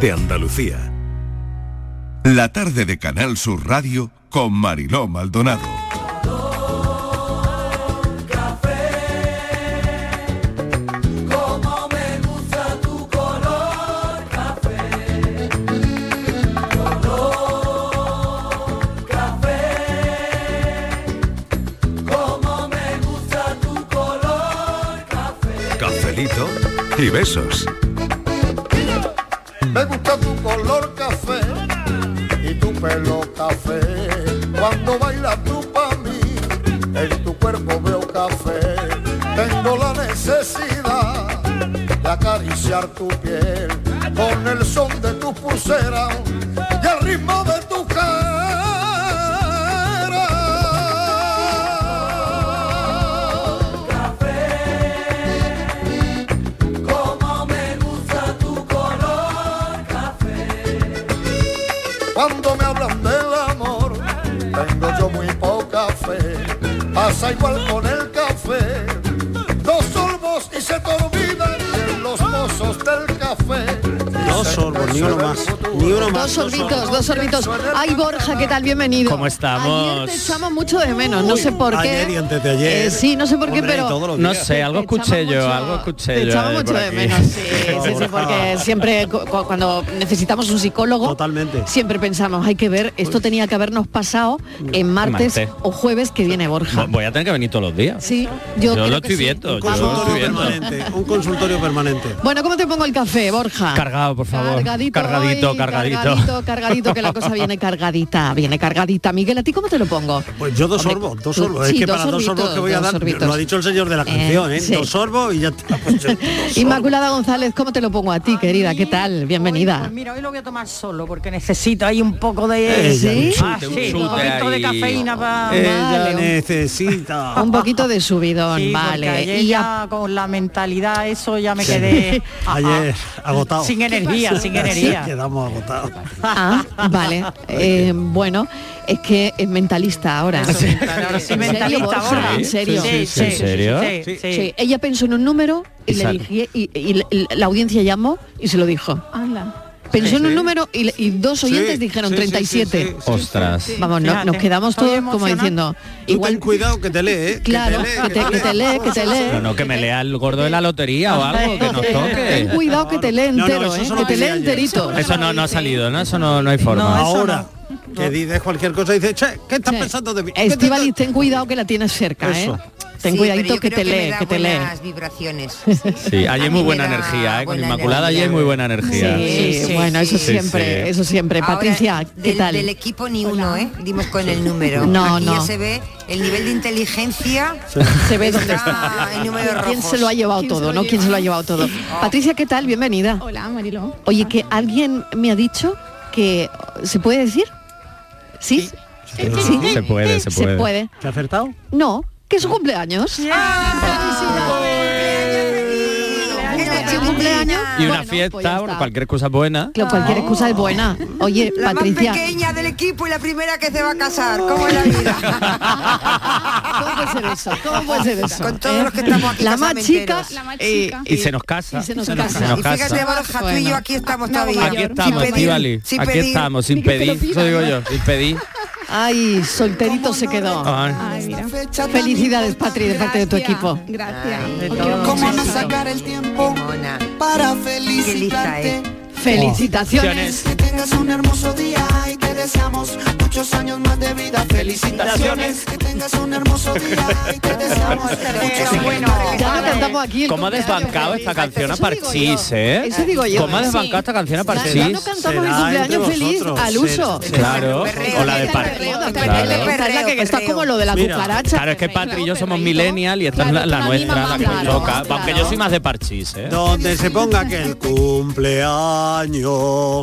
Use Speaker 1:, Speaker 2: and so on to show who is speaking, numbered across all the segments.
Speaker 1: de Andalucía.
Speaker 2: La tarde de Canal Sur Radio con Mariló Maldonado.
Speaker 3: Como me gusta tu color café, color café. Como me gusta tu color café.
Speaker 1: Cafelito y besos.
Speaker 4: Me gusta tu color café y tu pelo café. Cuando bailas tú para mí, en tu cuerpo veo café. Tengo la necesidad de acariciar tu piel con el son de tus pulseras y el ritmo de tu
Speaker 3: Como me gusta tu color café.
Speaker 4: Cuando me hablan del amor, tengo yo muy poca fe. Pasa igual con el café. Dos sorbos y se te olvidan de los pozos del café.
Speaker 5: Dos sorbos, ni uno más. Ni uno
Speaker 6: Dos
Speaker 5: más.
Speaker 6: sorbitos, dos sorbitos. Ay, Borja, ¿qué tal? Bienvenido.
Speaker 5: ¿Cómo
Speaker 6: Ayer
Speaker 5: estamos?
Speaker 6: te echamos mucho de menos, no sé por qué.
Speaker 5: Ayer y antes de ayer.
Speaker 6: Eh, sí, no sé por qué, pero...
Speaker 7: No sé, algo escuché yo, algo escuché yo.
Speaker 6: echaba
Speaker 7: eh,
Speaker 6: mucho
Speaker 7: por
Speaker 6: de
Speaker 7: aquí.
Speaker 6: menos, sí, sí, sí, porque siempre cu- cu- cuando necesitamos un psicólogo, siempre pensamos, hay que ver, esto tenía que habernos pasado en martes
Speaker 7: Martes.
Speaker 6: o jueves que viene Borja.
Speaker 7: Vo- Voy a tener que venir todos los días.
Speaker 6: Sí, yo creo
Speaker 7: lo
Speaker 6: que
Speaker 7: estoy
Speaker 6: sí.
Speaker 7: viendo,
Speaker 6: Un
Speaker 7: yo lo estoy
Speaker 6: consultorio
Speaker 7: viendo.
Speaker 5: Un consultorio permanente.
Speaker 6: Bueno, ¿cómo te pongo el café, Borja?
Speaker 7: Cargado, por favor.
Speaker 6: Cargadito,
Speaker 7: Cargadito,
Speaker 6: hoy,
Speaker 7: cargadito.
Speaker 6: cargadito, cargadito, que la cosa viene cargadita, viene cargadita. Miguel, ¿a ti cómo te lo pongo?
Speaker 5: Pues yo dos
Speaker 6: Hombre,
Speaker 5: sorbos, dos
Speaker 6: tú-
Speaker 5: sorbos.
Speaker 6: sí,
Speaker 5: es que para
Speaker 6: sorbitos,
Speaker 5: dos sorbos que voy a
Speaker 6: dos
Speaker 5: dar,
Speaker 6: sorbitos.
Speaker 5: lo ha dicho el señor de la
Speaker 6: Eh,
Speaker 5: canción, ¿eh?
Speaker 6: sí.
Speaker 5: Dos sorbos y ya está. Pues yo-
Speaker 6: Inmaculada González, ¿cómo te lo pongo a ti, querida? ¿Qué tal? Bienvenida.
Speaker 8: pues Mira, hoy lo voy a tomar solo porque necesito ahí un poco de...
Speaker 6: Eh, ¿sí?
Speaker 8: Ah,
Speaker 6: chute,
Speaker 8: sí,
Speaker 6: un
Speaker 8: un
Speaker 6: chute
Speaker 8: poquito de
Speaker 6: ahí.
Speaker 5: oh.
Speaker 8: cafeína para...
Speaker 5: Ella necesita.
Speaker 6: Un poquito de subidón,
Speaker 8: Sí, porque
Speaker 9: eh,
Speaker 6: vale.
Speaker 8: ayer
Speaker 6: Y a-
Speaker 8: ya con la mentalidad eso ya me
Speaker 6: Sí.
Speaker 8: quedé ah,
Speaker 5: Ayer,
Speaker 8: ah,
Speaker 5: agotado.
Speaker 8: sin energía, sin energía.
Speaker 5: Quedamos agotados.
Speaker 6: ah, vale. Eh, bueno, es que es mentalista ahora.
Speaker 8: Ahora sí,
Speaker 6: ¿En serio,
Speaker 8: mentalista
Speaker 6: Borja?
Speaker 8: ahora.
Speaker 6: ¿En serio?
Speaker 8: Sí, sí,
Speaker 7: ¿En serio?
Speaker 8: sí, sí, sí.
Speaker 6: Sí, ella pensó en un número y,
Speaker 7: Y
Speaker 6: le
Speaker 7: sale.
Speaker 6: dije- y- y- y la audiencia llamó y se lo dijo.
Speaker 10: Ah,
Speaker 6: Pensó
Speaker 7: Sí,
Speaker 6: en un
Speaker 7: sí.
Speaker 6: número y, y dos oyentes
Speaker 7: Sí,
Speaker 6: dijeron
Speaker 7: sí, sí, sí,
Speaker 6: 37.
Speaker 7: Ostras.
Speaker 6: Vamos, no- nos
Speaker 7: Fíjate,
Speaker 6: quedamos
Speaker 7: estoy
Speaker 6: todos como diciendo, igual
Speaker 5: cuidado que te lee, ¿eh?
Speaker 6: claro, que te, que te lee, que te lee.
Speaker 7: No, no, que me lea el gordo de la lotería o algo, que nos
Speaker 6: Ten
Speaker 7: toque.
Speaker 6: cuidado que te lee
Speaker 7: No, no,
Speaker 6: entero,
Speaker 7: eso
Speaker 6: ¿eh?
Speaker 7: solo
Speaker 6: que te
Speaker 7: lo
Speaker 6: lee
Speaker 7: vi ayer.
Speaker 6: enterito.
Speaker 7: Eso no, no ha salido, ¿no? Eso no, no hay forma.
Speaker 5: Ahora, que dices cualquier cosa y dices, che, ¿qué estás pensando de mí? ¿Qué te-
Speaker 6: Estivalis, ten cuidado que la tienes cerca,
Speaker 5: Eso.
Speaker 6: ¿eh? Ten
Speaker 9: Sí, pero
Speaker 6: cuidadito
Speaker 9: yo
Speaker 6: que
Speaker 9: creo
Speaker 6: te
Speaker 9: me
Speaker 6: lee,
Speaker 9: da
Speaker 6: que te lee.
Speaker 9: buenas vibraciones.
Speaker 7: Sí, ayer muy buena energía, ¿eh? Con Inmaculada ayer muy buena energía.
Speaker 6: Sí, bueno, eso siempre, eso siempre.
Speaker 9: Ahora,
Speaker 6: Patricia, ¿qué
Speaker 9: del,
Speaker 6: tal?
Speaker 9: Del equipo ni uno, ¿eh? Dimos con el número.
Speaker 6: No,
Speaker 9: Aquí
Speaker 6: no.
Speaker 9: ya se ve el nivel de inteligencia.
Speaker 6: Se ve dónde
Speaker 9: está. el número rojo.
Speaker 6: ¿Quién se lo ha llevado todo, no? ¿Quién se lo ha llevado todo? Patricia, ¿qué tal? Bienvenida.
Speaker 10: Ah,
Speaker 11: Hola, Mariló.
Speaker 6: Oye, que alguien me ha dicho que se puede decir? ¿Sí? Sí.
Speaker 7: Se puede, se puede.
Speaker 6: Se puede.
Speaker 5: ¿Te ha acertado?
Speaker 6: No, que es su cumpleaños. Es su cumpleaños.
Speaker 7: Y una fiesta, bueno, cualquier cosa buena.
Speaker 6: Claro, cualquier excusa es buena. Oye,
Speaker 9: La más
Speaker 6: Patricia.
Speaker 9: pequeña del equipo y la primera que se va a casar. ¿Cómo es la vida?
Speaker 6: ¿Cómo puede ser eso? ¿Cómo puede ser eso? ¿eh?
Speaker 9: Con todos los que estamos aquí
Speaker 6: La más chica.
Speaker 9: casamenteros.
Speaker 7: Y, Eh, y se nos casa.
Speaker 6: Y se nos casa. Ah,
Speaker 7: Se nos
Speaker 9: Y fíjate,
Speaker 7: casa.
Speaker 9: Borja, tú y yo aquí estamos todavía.
Speaker 7: Aquí estamos, Estivali,
Speaker 9: sin
Speaker 7: Aquí
Speaker 9: pedir.
Speaker 7: estamos, sin pedir. Eso digo yo, sin pedir.
Speaker 6: Ay, solterito se quedó.
Speaker 7: Ay.
Speaker 6: Felicidades, Patri, de parte de tu equipo.
Speaker 12: ¿Cómo no sacar el tiempo para felicitarte?
Speaker 6: Felicitaciones.
Speaker 12: Que tengas un hermoso día y te deseamos muchos años más de vida. Felicitaciones. Que tengas un hermoso día y te deseamos
Speaker 9: Eh,
Speaker 12: muchos bueno.
Speaker 6: Ya lo cantamos aquí. el
Speaker 7: ¿Cómo ha desbancado esta canción a Parchís, eh?
Speaker 6: Eso digo yo.
Speaker 7: ¿Cómo ha
Speaker 6: Sí.
Speaker 7: desbancado esta canción a Parchís?
Speaker 6: Ya no cantamos el cumpleaños feliz al uso.
Speaker 7: Claro, o la de Parchís. Claro.
Speaker 6: Esta es la que está como lo de la
Speaker 7: Mira,
Speaker 6: cucaracha.
Speaker 7: Claro, es que Patri y yo somos millennial y esta es la, la nuestra, la que nos toca. Aunque yo soy más de parchís, ¿eh?
Speaker 5: Donde se ponga que el cumpleaños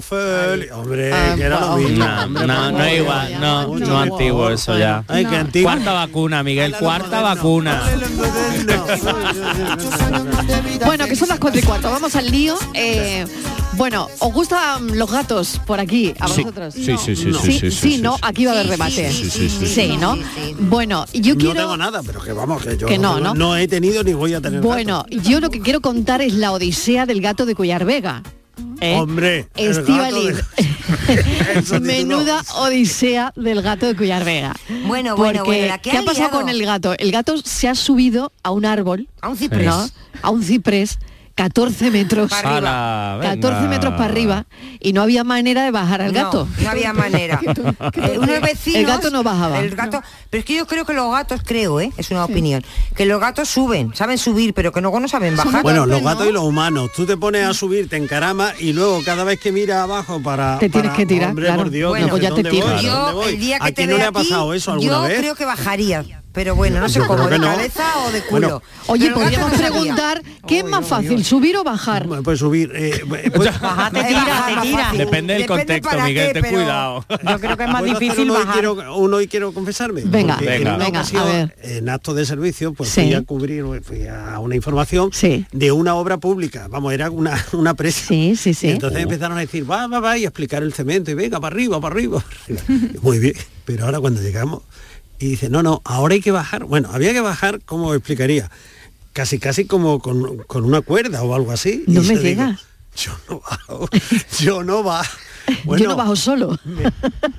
Speaker 5: feliz. Hombre, que era lo pues, mismo.
Speaker 7: Ah, No, no, no es igual, no, no antiguo eso ya.
Speaker 5: Ay, qué antiguo.
Speaker 7: Cuarta vacuna, Miguel, cuarta vacuna.
Speaker 6: Bueno, que son las 4 y cuarto. Vamos al lío. Eh, bueno, ¿os gustan los gatos por aquí? ¿A
Speaker 7: Sí.
Speaker 6: vosotros?
Speaker 7: Sí, sí, sí,
Speaker 6: No.
Speaker 7: sí, sí, sí,
Speaker 6: sí,
Speaker 7: sí,
Speaker 6: ¿no? Aquí va a haber debate.
Speaker 5: sí, sí, sí, sí, sí.
Speaker 6: ¿no? Bueno, yo
Speaker 5: No
Speaker 6: quiero...
Speaker 5: tengo nada, pero que vamos, que yo
Speaker 6: Que no,
Speaker 5: no,
Speaker 6: ¿no?
Speaker 5: he tenido ni voy a tener.
Speaker 6: Bueno, yo lo que quiero contar es la odisea del gato de Collar Vega. ¿eh?
Speaker 5: Hombre, el gato
Speaker 6: Estíbaliz. Menuda odisea del gato de Cuyar Vega.
Speaker 9: Bueno, bueno,
Speaker 6: Porque,
Speaker 9: bueno, la que
Speaker 6: ¿Qué
Speaker 9: han
Speaker 6: ha pasado
Speaker 9: liado?
Speaker 6: con el gato? El gato se ha subido a un árbol.
Speaker 9: A un ciprés.
Speaker 6: ¿no? A un ciprés. 14 metros
Speaker 9: Para arriba. Ala,
Speaker 6: 14
Speaker 9: venga.
Speaker 6: metros para arriba y no había manera de bajar al
Speaker 9: No,
Speaker 6: gato.
Speaker 9: No, había manera. Eh, unos vecinos-
Speaker 6: El gato no bajaba.
Speaker 9: El gato, Pero es que yo creo que los gatos, creo, ¿eh? es una opinión, que los gatos suben, saben subir, pero que luego no saben bajar.
Speaker 5: Bueno, los gatos y los humanos. Tú te pones
Speaker 6: Mm.
Speaker 5: a subir, te encaramas y luego cada vez que miras abajo para...
Speaker 6: Te tienes
Speaker 5: para-
Speaker 6: que tirar,
Speaker 5: Hombre,
Speaker 6: claro.
Speaker 5: por Dios,
Speaker 6: Bueno,
Speaker 5: ¿de
Speaker 6: pues ya
Speaker 5: dónde
Speaker 6: te tiras.
Speaker 5: voy? ¿De
Speaker 9: Yo,
Speaker 5: dónde voy?
Speaker 9: el día que
Speaker 5: ¿A
Speaker 9: te
Speaker 5: quién no
Speaker 9: vea
Speaker 5: le
Speaker 9: a
Speaker 5: ha
Speaker 9: ti,
Speaker 5: pasado eso alguna
Speaker 9: yo
Speaker 5: vez?
Speaker 9: creo que bajaría. Pero bueno, no sé
Speaker 5: Yo
Speaker 9: cómo,
Speaker 5: creo
Speaker 9: de
Speaker 5: que no.
Speaker 9: cabeza o de culo.
Speaker 5: Bueno.
Speaker 9: Pero
Speaker 6: Oye,
Speaker 9: el gato
Speaker 6: podríamos
Speaker 9: no sabía.
Speaker 6: preguntar, ¿qué es más fácil, subir o bajar?
Speaker 5: Pues subir... eh, pues-
Speaker 9: Te tira, te tira.
Speaker 7: Depende del contexto,
Speaker 5: para
Speaker 7: Miguel,
Speaker 5: qué,
Speaker 7: ten
Speaker 5: pero-
Speaker 7: cuidado.
Speaker 8: Yo creo que es más
Speaker 5: ¿Puedo hacer
Speaker 8: difícil
Speaker 5: uno
Speaker 8: bajar.
Speaker 5: Y quiero, uno y quiero confesarme.
Speaker 6: Venga,
Speaker 5: Porque
Speaker 6: Venga.
Speaker 5: en una
Speaker 6: venga, a
Speaker 5: ocasión,
Speaker 6: ver.
Speaker 5: en acto de servicio, pues
Speaker 6: Sí.
Speaker 5: fui a cubrir, fui a una información de una obra pública. Vamos, era una, una presa.
Speaker 6: Sí, sí, sí.
Speaker 5: Y entonces empezaron a decir, va, va, va, y a explicar el cemento, y venga, para arriba, para arriba. para arriba. Muy bien, pero ahora cuando llegamos, y dice, no, no, ahora hay que bajar. Bueno, había que bajar, ¿cómo explicaría? Casi, casi como con, con una cuerda o algo así.
Speaker 6: No
Speaker 5: Y
Speaker 6: me
Speaker 5: yo digo,
Speaker 6: digas.
Speaker 5: yo no bajo, yo no bajo. Bueno,
Speaker 6: Yo no bajo solo.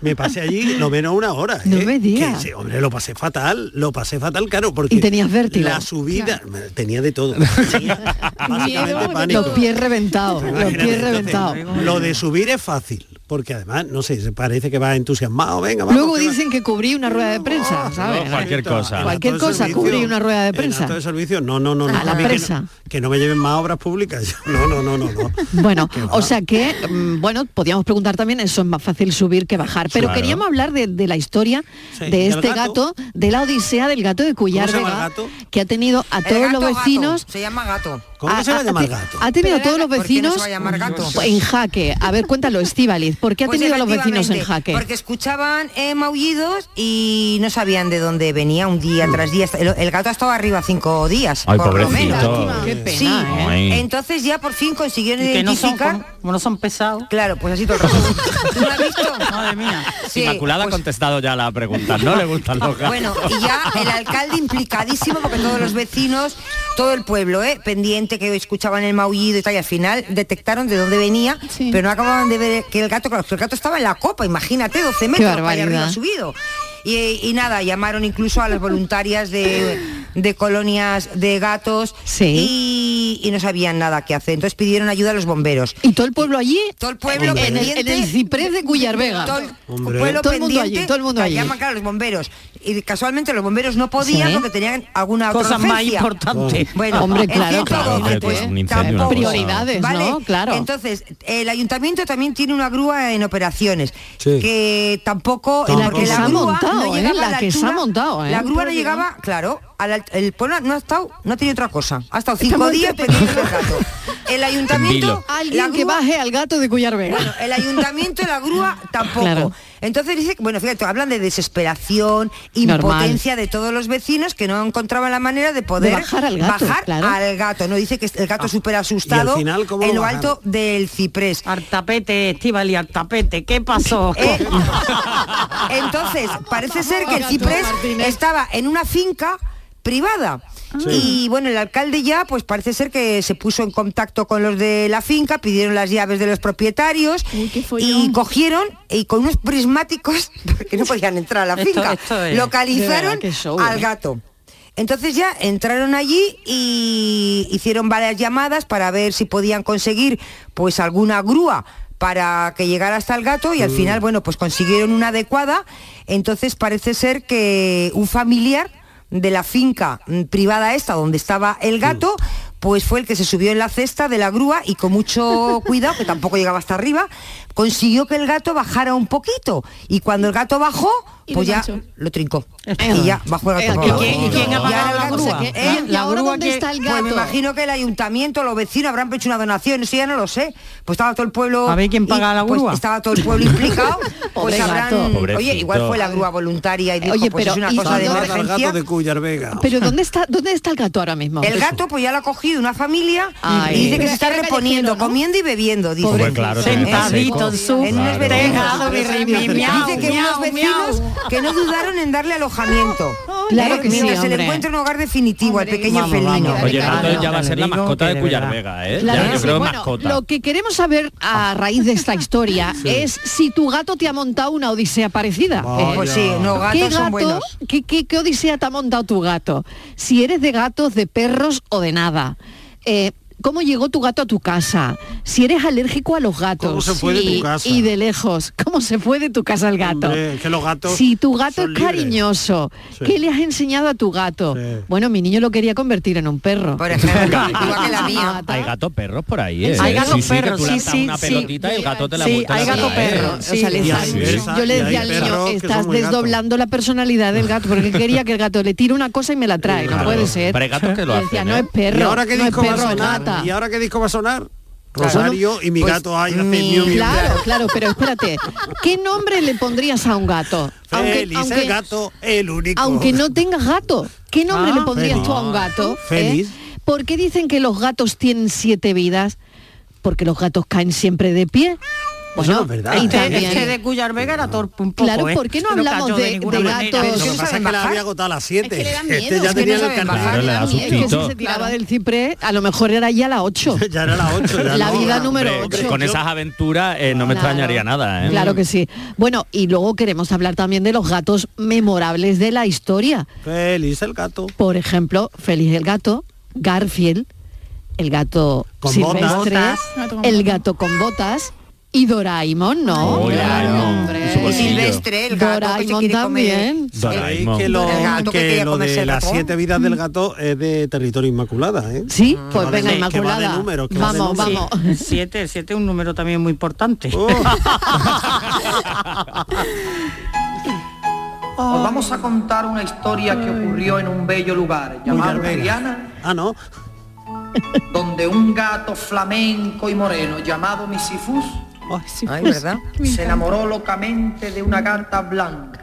Speaker 5: me pasé allí lo menos una hora. No me
Speaker 6: digas.
Speaker 5: hombre, lo pasé fatal, lo pasé fatal, claro, porque...
Speaker 6: Y tenías vértigo.
Speaker 5: La subida, me- tenía de todo. Tenía básicamente pánico.
Speaker 6: Los pies reventados, los
Speaker 5: Imagínate,
Speaker 6: pies
Speaker 5: entonces,
Speaker 6: reventados.
Speaker 5: Lo de subir es fácil, porque además, no sé, se parece que va entusiasmado, venga, vamos.
Speaker 6: Luego dicen que cubrí una rueda de prensa, ¿sabes?
Speaker 5: no,
Speaker 7: cualquier cosa.
Speaker 6: Cualquier cosa, cubrí una rueda de
Speaker 5: En
Speaker 6: prensa.
Speaker 5: acto de servicio, no, no, no, no.
Speaker 6: A la
Speaker 5: a mí que no-
Speaker 6: presa.
Speaker 5: Que no, me lleven más obras públicas. No, no, no, no, no.
Speaker 6: Bueno, o sea que, mm, bueno, podíamos preguntar también, eso es más fácil subir que bajar, pero
Speaker 5: Claro.
Speaker 6: queríamos hablar de, de la historia de
Speaker 5: Sí, del
Speaker 6: este gato?
Speaker 5: gato.
Speaker 6: de la odisea del gato de Cuyar
Speaker 5: ¿Cómo se llama
Speaker 6: Vega,
Speaker 5: el gato?
Speaker 6: que ha tenido a
Speaker 9: El
Speaker 6: todos
Speaker 9: gato,
Speaker 6: los
Speaker 9: gato,
Speaker 6: vecinos... Ah,
Speaker 9: Se llama gato.
Speaker 5: ¿Cómo que se va a llamar gato?
Speaker 6: Ha tenido a
Speaker 9: Pero
Speaker 6: todos los
Speaker 9: ¿por qué no
Speaker 6: vecinos
Speaker 9: se va a llamar gato?
Speaker 6: en jaque. A ver, cuéntalo, Estíbaliz, ¿por qué ha
Speaker 9: Pues
Speaker 6: tenido a los vecinos en
Speaker 9: efectivamente,
Speaker 6: jaque?
Speaker 9: Porque escuchaban eh, maullidos y no sabían de dónde venía un día tras día. El, el gato ha estado arriba cinco días.
Speaker 7: Ay,
Speaker 9: por lo
Speaker 7: pobrecito.
Speaker 9: menos.
Speaker 7: Qué pena,
Speaker 9: sí.
Speaker 7: ¿eh? Ay.
Speaker 9: Entonces ya por fin consiguieron
Speaker 8: Y que no son,
Speaker 9: identificar.
Speaker 8: como, como no son pesados.
Speaker 9: Eh, Claro, pues así todo el rato. ¿Tú lo has visto?
Speaker 8: Madre mía.
Speaker 9: Sí.
Speaker 7: Inmaculada ha contestado ya la pregunta. No le gustan los gatos.
Speaker 9: Bueno, y ya el alcalde implicadísimo porque todos los vecinos, todo el pueblo, ¿eh? pendiente que escuchaban el maullido y tal, y al final detectaron de dónde venía, pero no acababan de ver que el gato, claro, que el gato estaba en la copa, imagínate, 12 metros para allá
Speaker 6: barbaridad.
Speaker 9: arriba subido. Y, y nada, llamaron incluso a las voluntarias de, de colonias de gatos y, y no sabían nada que hacer. Entonces pidieron ayuda a los bomberos.
Speaker 6: Y todo el pueblo allí,
Speaker 9: Todo el pueblo
Speaker 6: en, el, en
Speaker 9: pendiente-
Speaker 6: el ciprés de Cuyar Vega.
Speaker 9: todo el
Speaker 5: Hombre.
Speaker 9: pueblo
Speaker 6: Todo el mundo
Speaker 9: pendiente,
Speaker 6: allí, todo el mundo
Speaker 9: la
Speaker 6: allí.
Speaker 9: llaman claro los bomberos y casualmente los bomberos no podían
Speaker 6: Sí.
Speaker 9: porque tenían alguna otra
Speaker 8: Cosas más
Speaker 9: urgencia.
Speaker 8: importantes.
Speaker 9: bueno
Speaker 6: Hombre,
Speaker 9: el
Speaker 6: claro,
Speaker 9: 112,
Speaker 6: claro,
Speaker 7: hombre,
Speaker 9: pues,
Speaker 7: pues, un incendio, una
Speaker 9: tampoco.
Speaker 7: cosa.
Speaker 6: Prioridades, ¿no?
Speaker 9: Vale,
Speaker 6: Claro.
Speaker 9: entonces el ayuntamiento también tiene una grúa en operaciones que tampoco
Speaker 5: Tampoco.
Speaker 9: porque
Speaker 5: La que
Speaker 9: la
Speaker 5: se ha
Speaker 9: grúa
Speaker 6: montado,
Speaker 9: no
Speaker 6: ¿eh?
Speaker 9: llegaba
Speaker 6: La
Speaker 9: a la
Speaker 6: que se ha
Speaker 9: altura-
Speaker 6: montado, ¿eh?
Speaker 9: la grúa no llegaba claro a la- el pueblo no ha estado no ha tenido otra cosa ha estado cinco días pendiente del gato el ayuntamiento
Speaker 7: vilo.
Speaker 9: la
Speaker 6: Alguien que
Speaker 9: grúa-
Speaker 6: baje al gato de Cuyar Vega.
Speaker 9: bueno, el ayuntamiento, la grúa, tampoco.
Speaker 6: Claro.
Speaker 9: Entonces dice, bueno, fíjate, hablan de desesperación,
Speaker 6: Normal.
Speaker 9: impotencia de todos los vecinos que no encontraban la manera de poder
Speaker 6: De bajar al gato,
Speaker 9: bajar
Speaker 6: claro.
Speaker 9: al gato. No dice que el gato súper asustado
Speaker 5: Ah. final cómo
Speaker 9: en
Speaker 5: lo
Speaker 9: lo
Speaker 5: bajaron?
Speaker 9: alto del ciprés.
Speaker 8: Artapete, Estivali, Artapete, ¿qué pasó?
Speaker 9: Eh, entonces, parece ser que el
Speaker 6: Gato
Speaker 9: ciprés
Speaker 6: Martínez. Ah.
Speaker 9: estaba en una finca privada. Y bueno, el alcalde ya, pues parece ser que se puso en contacto con los de la finca, pidieron las llaves de los propietarios
Speaker 6: Uy, qué follón.
Speaker 9: y cogieron y con unos prismáticos, porque no podían entrar a la
Speaker 8: Esto-
Speaker 9: finca,
Speaker 8: esto es-
Speaker 6: de
Speaker 9: localizaron
Speaker 6: verdad, qué show,
Speaker 9: al
Speaker 6: eh.
Speaker 9: gato. Entonces ya entraron allí y hicieron varias llamadas para ver si podían conseguir pues alguna grúa para que llegara hasta el gato y al final, bueno, pues consiguieron una adecuada. Entonces parece ser que un familiar de la finca mm, privada esta donde estaba el gato, pues fue el que se subió en la cesta de la grúa y con mucho cuidado, que tampoco llegaba hasta arriba, consiguió que el gato bajara un poquito. Y cuando el gato bajó,
Speaker 6: Y
Speaker 9: pues
Speaker 6: lo
Speaker 9: ya
Speaker 6: manchó.
Speaker 9: lo trincó.
Speaker 8: Eh.
Speaker 9: Y ya bajó el
Speaker 6: Eh,
Speaker 9: gato.
Speaker 6: ¿y
Speaker 9: por abajo.
Speaker 8: quién- y quién ha
Speaker 9: Ya
Speaker 8: pagado
Speaker 9: el
Speaker 8: la
Speaker 9: gato
Speaker 8: grúa?
Speaker 9: se
Speaker 6: ¿Eh?
Speaker 9: que- ¿eh?
Speaker 6: ¿Y ahora
Speaker 8: grúa
Speaker 6: dónde
Speaker 8: que-
Speaker 6: está el gato?
Speaker 9: Pues me imagino que el ayuntamiento, los vecinos habrán hecho una donación, eso ya no lo sé. Pues estaba todo el pueblo.
Speaker 8: A ver quién paga
Speaker 9: y-
Speaker 8: la
Speaker 9: pues
Speaker 8: grúa.
Speaker 9: estaba todo el pueblo implicado. pues
Speaker 6: Pobre gato.
Speaker 9: habrán. Oye, igual
Speaker 7: Pobrecito.
Speaker 9: fue la grúa voluntaria y dijo,
Speaker 6: Oye,
Speaker 9: pues
Speaker 6: pero
Speaker 9: es una
Speaker 6: ¿y
Speaker 9: cosa de
Speaker 6: dónde-
Speaker 5: Salvar al
Speaker 9: emergencia.
Speaker 5: gato de Cuyar Vega.
Speaker 6: Pero ¿dónde está, ¿dónde está el gato ahora mismo?
Speaker 9: El gato pues ya lo ha cogido una familia
Speaker 6: Ay.
Speaker 9: y dice que
Speaker 6: Pero
Speaker 9: se está
Speaker 6: era
Speaker 9: reponiendo,
Speaker 6: callejero, ¿no?
Speaker 9: comiendo y bebiendo, dice.
Speaker 7: Hombre, claro, tiene que estar
Speaker 8: Sentadito en
Speaker 7: seco.
Speaker 8: su
Speaker 9: En unas
Speaker 7: Claro.
Speaker 9: berenjenas.
Speaker 8: tejado, birri, mi,
Speaker 9: Dice
Speaker 8: miau,
Speaker 9: que unos
Speaker 8: miau, miau.
Speaker 9: vecinos que no dudaron en darle alojamiento. ¿eh? Mientras se le encuentra un hogar definitivo al pequeño
Speaker 7: Vamos, vamos.
Speaker 9: felino.
Speaker 7: Oye,
Speaker 9: Claro.
Speaker 7: entonces ya va a ser la
Speaker 11: digo
Speaker 7: mascota
Speaker 11: que
Speaker 7: de
Speaker 11: de
Speaker 7: Cuyar
Speaker 11: verdad.
Speaker 7: Vega, ¿eh?
Speaker 6: Claro
Speaker 7: Ya,
Speaker 6: que
Speaker 7: yo
Speaker 6: sí.
Speaker 7: creo que
Speaker 6: Bueno,
Speaker 7: mascota.
Speaker 6: Lo que queremos saber
Speaker 5: Ah.
Speaker 6: a raíz de esta historia
Speaker 7: Sí.
Speaker 6: es si tu gato te ha montado una odisea parecida.
Speaker 9: Vaya. Pues sí, no, gatos
Speaker 6: ¿Qué
Speaker 9: son buenos.
Speaker 6: ¿qué, qué, qué odisea te ha montado tu gato? Si eres de gatos, de perros o de nada. Eh, ¿Cómo llegó tu gato a tu casa? Si eres alérgico a los gatos.
Speaker 5: ¿Cómo se fue de
Speaker 6: y,
Speaker 5: tu casa?
Speaker 6: Y de lejos. ¿Cómo se fue de tu casa el gato?
Speaker 5: Hombre, que los gatos
Speaker 6: si tu gato es
Speaker 5: son libres.
Speaker 6: cariñoso,
Speaker 5: Sí.
Speaker 6: ¿qué le has enseñado a tu gato? Bueno, mi niño lo quería convertir en un perro. Por
Speaker 7: Hay gato perros por ahí, ¿eh?
Speaker 6: Hay gato
Speaker 7: sí, sí, que
Speaker 6: perros,
Speaker 7: tú
Speaker 6: sí,
Speaker 7: lanzas
Speaker 6: sí,
Speaker 7: una
Speaker 6: sí.
Speaker 7: pelotita y el gato te la
Speaker 6: Sí,
Speaker 7: vuelta
Speaker 6: hay
Speaker 7: y la
Speaker 6: gato
Speaker 7: trae, ¿eh?
Speaker 6: perro, o sea, le
Speaker 7: Y
Speaker 6: sal-
Speaker 7: así es.
Speaker 6: yo le decía al niño, estás desdoblando la personalidad del gato, porque quería que el gato le tire una cosa y me la trae, no
Speaker 7: Claro,
Speaker 6: puede ser.
Speaker 7: pero hay gatos que lo
Speaker 6: Le decía,
Speaker 7: hacen,
Speaker 6: no
Speaker 7: ¿eh?
Speaker 6: es perro,
Speaker 5: ¿Y ahora qué
Speaker 6: no es
Speaker 5: disco va a
Speaker 6: perro, es
Speaker 5: sonar?
Speaker 6: gata.
Speaker 5: ¿Y ahora qué disco va a sonar? Rosario y mi
Speaker 6: Pues,
Speaker 5: gato ahí hace
Speaker 6: mi-
Speaker 5: miu, miu, miu.
Speaker 6: Claro, claro, pero espérate, ¿qué nombre le pondrías a un gato?
Speaker 5: Feliz, el gato, el único.
Speaker 6: aunque no tengas gato, ¿qué nombre
Speaker 5: Ah,
Speaker 6: le pondrías
Speaker 5: Félix.
Speaker 6: tú a un gato?
Speaker 5: Félix.
Speaker 6: ¿Eh? ¿Por qué dicen que los gatos tienen siete vidas? Porque los gatos caen siempre de pie. Bueno,
Speaker 5: no es verdad.
Speaker 6: y
Speaker 5: Este-
Speaker 6: también-
Speaker 8: Este de Cuyar Vega era torpe un poco.
Speaker 6: Claro,
Speaker 8: ¿eh?
Speaker 6: ¿por qué no
Speaker 8: Pero
Speaker 6: hablamos
Speaker 8: cayó
Speaker 6: de-
Speaker 8: ninguna
Speaker 6: de
Speaker 8: manera.
Speaker 6: gatos?
Speaker 5: Lo que pasa es que la había agotado a las 7. este ya tenía el carnaval.
Speaker 7: Claro, le da
Speaker 6: Es que si
Speaker 7: sustito.
Speaker 6: se tiraba del ciprés, a lo mejor era ya la 8.
Speaker 5: ya era la 8.
Speaker 6: La vida número
Speaker 7: Hombre,
Speaker 6: 8.
Speaker 7: Con esas aventuras eh, no me
Speaker 6: Claro.
Speaker 7: extrañaría nada, ¿eh?
Speaker 6: Claro que sí. Bueno, y luego queremos hablar también de los gatos memorables de la historia.
Speaker 5: Feliz el gato.
Speaker 6: Por ejemplo, Feliz el gato, Garfield, el gato
Speaker 5: Con
Speaker 6: silvestre,
Speaker 5: botas.
Speaker 6: el gato con botas y Doraemon, ¿no?
Speaker 9: Y Silvestre, el gato que se
Speaker 6: Doraemon
Speaker 9: quiere comer.
Speaker 6: también.
Speaker 5: Sabéis que lo,
Speaker 9: El gato que
Speaker 5: que
Speaker 9: quería
Speaker 5: lo
Speaker 9: comerse
Speaker 5: de
Speaker 9: el
Speaker 5: las
Speaker 9: ratón.
Speaker 5: siete vidas del gato es de territorio inmaculada, ¿eh?
Speaker 6: Sí,
Speaker 8: Ah.
Speaker 5: Que
Speaker 9: Mm.
Speaker 6: pues
Speaker 5: va de-
Speaker 6: venga,
Speaker 5: que va de
Speaker 6: Inmaculada.
Speaker 5: números, que va de
Speaker 6: Vamos,
Speaker 5: números.
Speaker 6: vamos.
Speaker 8: Siete, siete es un número también muy importante.
Speaker 9: Oh.
Speaker 13: Os vamos a contar una historia que ocurrió en un bello lugar llamado
Speaker 5: Villarvega.
Speaker 13: Triana.
Speaker 5: Ah, no.
Speaker 13: Donde un gato flamenco y moreno llamado Misifus
Speaker 9: Ay, ¿verdad?
Speaker 13: se enamoró locamente de una gata blanca,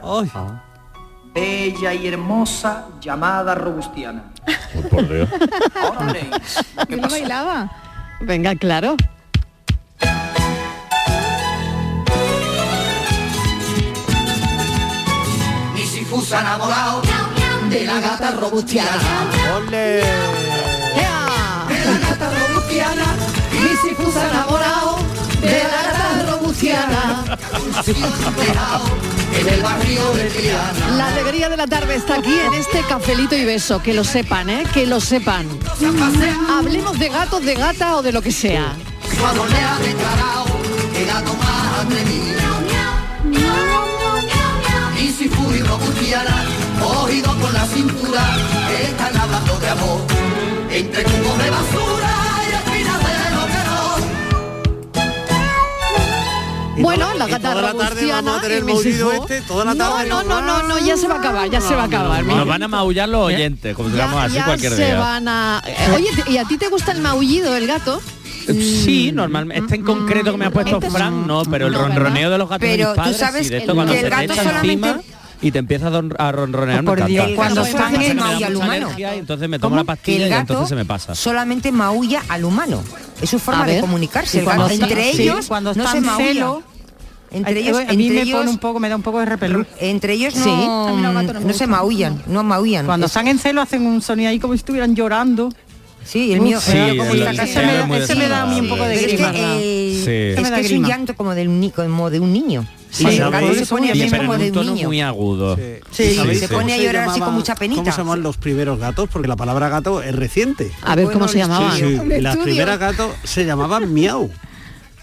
Speaker 13: bella y hermosa, llamada Robustiana.
Speaker 7: Por Dios.
Speaker 13: ¿Qué pasó? bailaba?
Speaker 6: Venga, claro.
Speaker 13: Misifus se ha enamorado de la gata Robustiana.
Speaker 5: ¡Ole!
Speaker 13: De la gata Robustiana. Misifus se ha enamorado de la gata Robustiana. En el barrio de Triana.
Speaker 6: La alegría de la tarde está aquí en este cafelito y beso, que lo sepan, ¿eh? Que lo sepan. Hablemos de gatos, de gata o de lo que sea.
Speaker 13: Cuando le ha declarado que gato más atrevido. Y si fui robustiana, cogido por la cintura, están hablando de amor. Entre cubos de basura y espinas de lo que no.
Speaker 6: Bueno, la
Speaker 5: y
Speaker 6: gata
Speaker 5: toda la tarde
Speaker 6: robustiana
Speaker 5: vamos a tener
Speaker 6: y mis
Speaker 5: maullido
Speaker 6: hijos.
Speaker 5: este, toda la tarde.
Speaker 6: No, no, no, no, no, ya se va a acabar, ya se va a acabar.
Speaker 7: Nos van a maullar los oyentes, como digamos así
Speaker 6: ya
Speaker 7: cualquier
Speaker 6: se
Speaker 7: día.
Speaker 6: van a... eh, Oye, ¿y a ti te gusta el maullido del gato?
Speaker 7: Sí, normalmente. Este en concreto que me ha puesto Fran, no, pero el ronroneo de los gatos de
Speaker 6: Pero
Speaker 7: mis
Speaker 6: tú
Speaker 7: padres,
Speaker 6: sabes
Speaker 7: sí, de esto
Speaker 6: que
Speaker 7: cuando
Speaker 6: el
Speaker 7: se te
Speaker 6: gato
Speaker 7: echa
Speaker 6: solamente-
Speaker 7: encima y te empiezas a don- a ronronear.
Speaker 9: Por
Speaker 7: me
Speaker 9: Dios,
Speaker 7: encanta.
Speaker 9: cuando
Speaker 7: Pasa
Speaker 9: están
Speaker 7: que me
Speaker 9: en
Speaker 7: da
Speaker 9: maul
Speaker 7: mucha
Speaker 9: al humano.
Speaker 7: alergia y entonces me tomo la
Speaker 9: Que
Speaker 7: pastilla
Speaker 9: el
Speaker 7: y
Speaker 9: gato
Speaker 7: entonces se me pasa.
Speaker 9: solamente maulla al humano. Es su forma
Speaker 8: A
Speaker 9: de
Speaker 8: ver.
Speaker 9: comunicarse.
Speaker 8: Y
Speaker 9: El
Speaker 8: cuando
Speaker 9: gato.
Speaker 8: está-
Speaker 9: entre
Speaker 8: sí,
Speaker 9: ellos
Speaker 8: cuando
Speaker 9: no
Speaker 8: está
Speaker 9: se
Speaker 8: en
Speaker 9: maulla.
Speaker 8: celo,
Speaker 9: entre
Speaker 8: a-
Speaker 9: ellos,
Speaker 8: a mí
Speaker 9: entre
Speaker 8: me
Speaker 9: ellos,
Speaker 8: pone un poco, me da un poco de repelús.
Speaker 9: entre ellos
Speaker 8: Sí.
Speaker 9: no,
Speaker 8: A mí los gatos no me
Speaker 9: no se
Speaker 8: gustan.
Speaker 9: maullan, no maullan.
Speaker 8: Cuando
Speaker 9: Es-
Speaker 8: están en celo hacen un sonido ahí como si estuvieran llorando.
Speaker 9: Sí, el mío- Sí, el mío como el- está el
Speaker 8: ese
Speaker 9: mío
Speaker 8: me,
Speaker 9: es
Speaker 8: da-
Speaker 9: muy
Speaker 8: ese me da a mí un poco de
Speaker 9: Pero es
Speaker 8: grima.
Speaker 9: que, eh,
Speaker 7: Sí.
Speaker 9: es,
Speaker 8: Me da
Speaker 9: que es un
Speaker 8: grima.
Speaker 9: llanto como, del, ni- como de un niño.
Speaker 7: Sí,
Speaker 9: Cuando el
Speaker 7: ¿sabéis?
Speaker 9: gato se pone a
Speaker 7: Oye,
Speaker 9: llorar
Speaker 7: pero
Speaker 9: como
Speaker 7: en
Speaker 9: de
Speaker 7: un
Speaker 9: un
Speaker 7: tono
Speaker 9: niño.
Speaker 7: muy agudo.
Speaker 9: Sí,
Speaker 7: ¿Sabéis?
Speaker 9: se pone a
Speaker 5: ¿Cómo se
Speaker 9: llorar así con
Speaker 5: llamaba-
Speaker 9: mucha
Speaker 5: ¿Cómo
Speaker 9: penita.
Speaker 5: se llaman los primeros gatos? Porque la palabra gato es reciente.
Speaker 6: A ver, ¿cómo se llamaban?
Speaker 5: Sí, sí.
Speaker 6: Un
Speaker 5: Y Las
Speaker 6: estudio.
Speaker 5: primeras gatos se llamaban miau.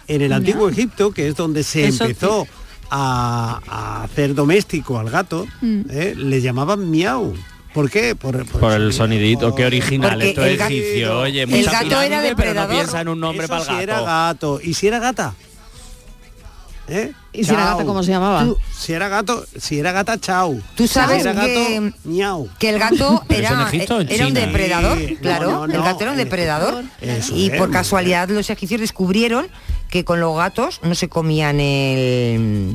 Speaker 5: En el antiguo Egipto, que es donde se
Speaker 10: Eso
Speaker 5: empezó a, a hacer doméstico al gato,
Speaker 10: Mm.
Speaker 5: ¿eh? le llamaban miau. ¿Por qué? Por, por-
Speaker 7: Por el sonidito, qué original,
Speaker 5: Porque
Speaker 7: esto
Speaker 5: el
Speaker 7: es
Speaker 5: gato-
Speaker 7: egipcio, oye,
Speaker 5: el
Speaker 7: mucha
Speaker 5: gato
Speaker 7: pirámide,
Speaker 5: era
Speaker 7: pero no
Speaker 5: depredador.
Speaker 7: piensa en un nombre
Speaker 5: Eso
Speaker 7: para el
Speaker 5: si
Speaker 7: gato.
Speaker 5: era gato. ¿Y si era gata? ¿Eh?
Speaker 6: ¿Y si era
Speaker 5: Chao.
Speaker 6: gata, cómo se llamaba?
Speaker 5: Tú- si era gato, si era gata, chau.
Speaker 9: Tú sabes
Speaker 5: si era gato,
Speaker 9: que,
Speaker 5: miau.
Speaker 9: que el gato
Speaker 5: ¿Pero eso en
Speaker 9: era,
Speaker 5: Egipto o en
Speaker 9: era un
Speaker 5: China?
Speaker 9: depredador,
Speaker 5: Sí, no,
Speaker 9: claro,
Speaker 5: no,
Speaker 9: el
Speaker 5: no,
Speaker 9: gato era un
Speaker 5: en
Speaker 9: depredador
Speaker 5: Eso
Speaker 9: y
Speaker 5: es,
Speaker 9: por
Speaker 5: muy
Speaker 9: casualidad los egipcios descubrieron que con los gatos no se comían el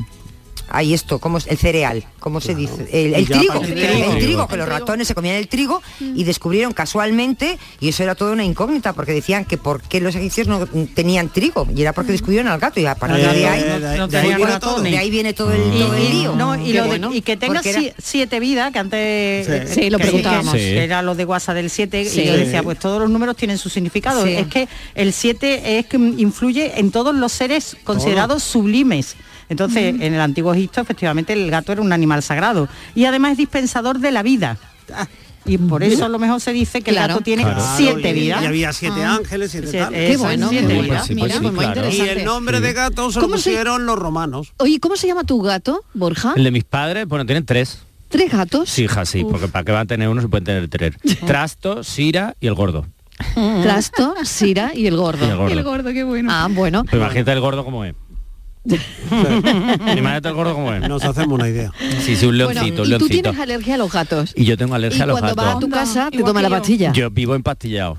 Speaker 9: hay esto, como el cereal, ¿cómo se dice? El, el
Speaker 11: Y ya a
Speaker 9: trigo,
Speaker 11: partir de ahí-
Speaker 9: el trigo,
Speaker 11: Trigo.
Speaker 9: que los ratones se comían el trigo y descubrieron casualmente, y eso era toda una incógnita, porque decían que por qué los egipcios no tenían trigo, y era porque descubrieron al gato, y a partir
Speaker 8: Eh,
Speaker 9: de ahí,
Speaker 8: no- no
Speaker 9: de ahí
Speaker 8: tenían
Speaker 9: viene
Speaker 8: ratones.
Speaker 9: todo, de ahí viene todo
Speaker 8: Ah.
Speaker 9: el, todo el lío.
Speaker 8: No, y,
Speaker 9: Qué
Speaker 8: lo de-
Speaker 9: bueno,
Speaker 8: y que tenga
Speaker 9: porque era-
Speaker 8: si- siete vidas, que antes
Speaker 9: Sí.
Speaker 8: eh,
Speaker 9: Sí, lo
Speaker 8: que- que-
Speaker 9: preguntábamos.
Speaker 8: que
Speaker 9: Sí.
Speaker 8: Era lo de WhatsApp del 7
Speaker 9: Sí.
Speaker 8: y yo decía, pues todos los números tienen su significado.
Speaker 9: Sí.
Speaker 8: Es que el 7 es que influye en todos los seres considerados sublimes.
Speaker 5: Mm.
Speaker 8: Entonces, en el antiguo Egipto, efectivamente, el gato era un animal sagrado. Y además es dispensador de la vida. Ah, Y por eso a lo mejor se dice que el gato tiene
Speaker 5: Mm. Claro,
Speaker 8: siete
Speaker 5: y-
Speaker 8: vidas.
Speaker 5: Y había siete
Speaker 8: Ah.
Speaker 5: ángeles, siete,
Speaker 8: Siete-
Speaker 5: tal.
Speaker 8: Qué bueno,
Speaker 5: Siete
Speaker 8: qué bueno.
Speaker 5: vidas.
Speaker 8: Sí, pues Mira, sí, pues muy claro.
Speaker 5: Y
Speaker 8: interesante.
Speaker 5: el nombre de gato se lo
Speaker 6: ¿Cómo se-
Speaker 5: pusieron los romanos.
Speaker 6: Oye, ¿cómo se llama tu gato, Borja?
Speaker 7: El de mis padres, bueno, tienen tres.
Speaker 6: ¿Tres gatos?
Speaker 7: Sí, hija, sí,
Speaker 6: Uf.
Speaker 7: porque para qué van a tener uno se pueden tener tres. Trasto, Sira y el gordo.
Speaker 6: Trasto, Sira y el gordo.
Speaker 7: Y el gordo. Y el
Speaker 6: qué bueno. Ah, bueno.
Speaker 7: Pero imagínate el gordo como es. imagínate el gordo como es.
Speaker 5: Nos hacemos una idea.
Speaker 7: Sí, sí, un
Speaker 6: Bueno,
Speaker 7: leoncito, un
Speaker 6: y tú
Speaker 7: leoncito.
Speaker 6: tienes alergia a los gatos.
Speaker 7: Y yo tengo alergia
Speaker 6: y
Speaker 7: a los
Speaker 6: cuando vas a
Speaker 7: gatos.
Speaker 6: tu casa te
Speaker 10: igual
Speaker 6: toma
Speaker 10: que
Speaker 6: la
Speaker 10: yo.
Speaker 6: pastilla.
Speaker 7: Yo vivo empastillado.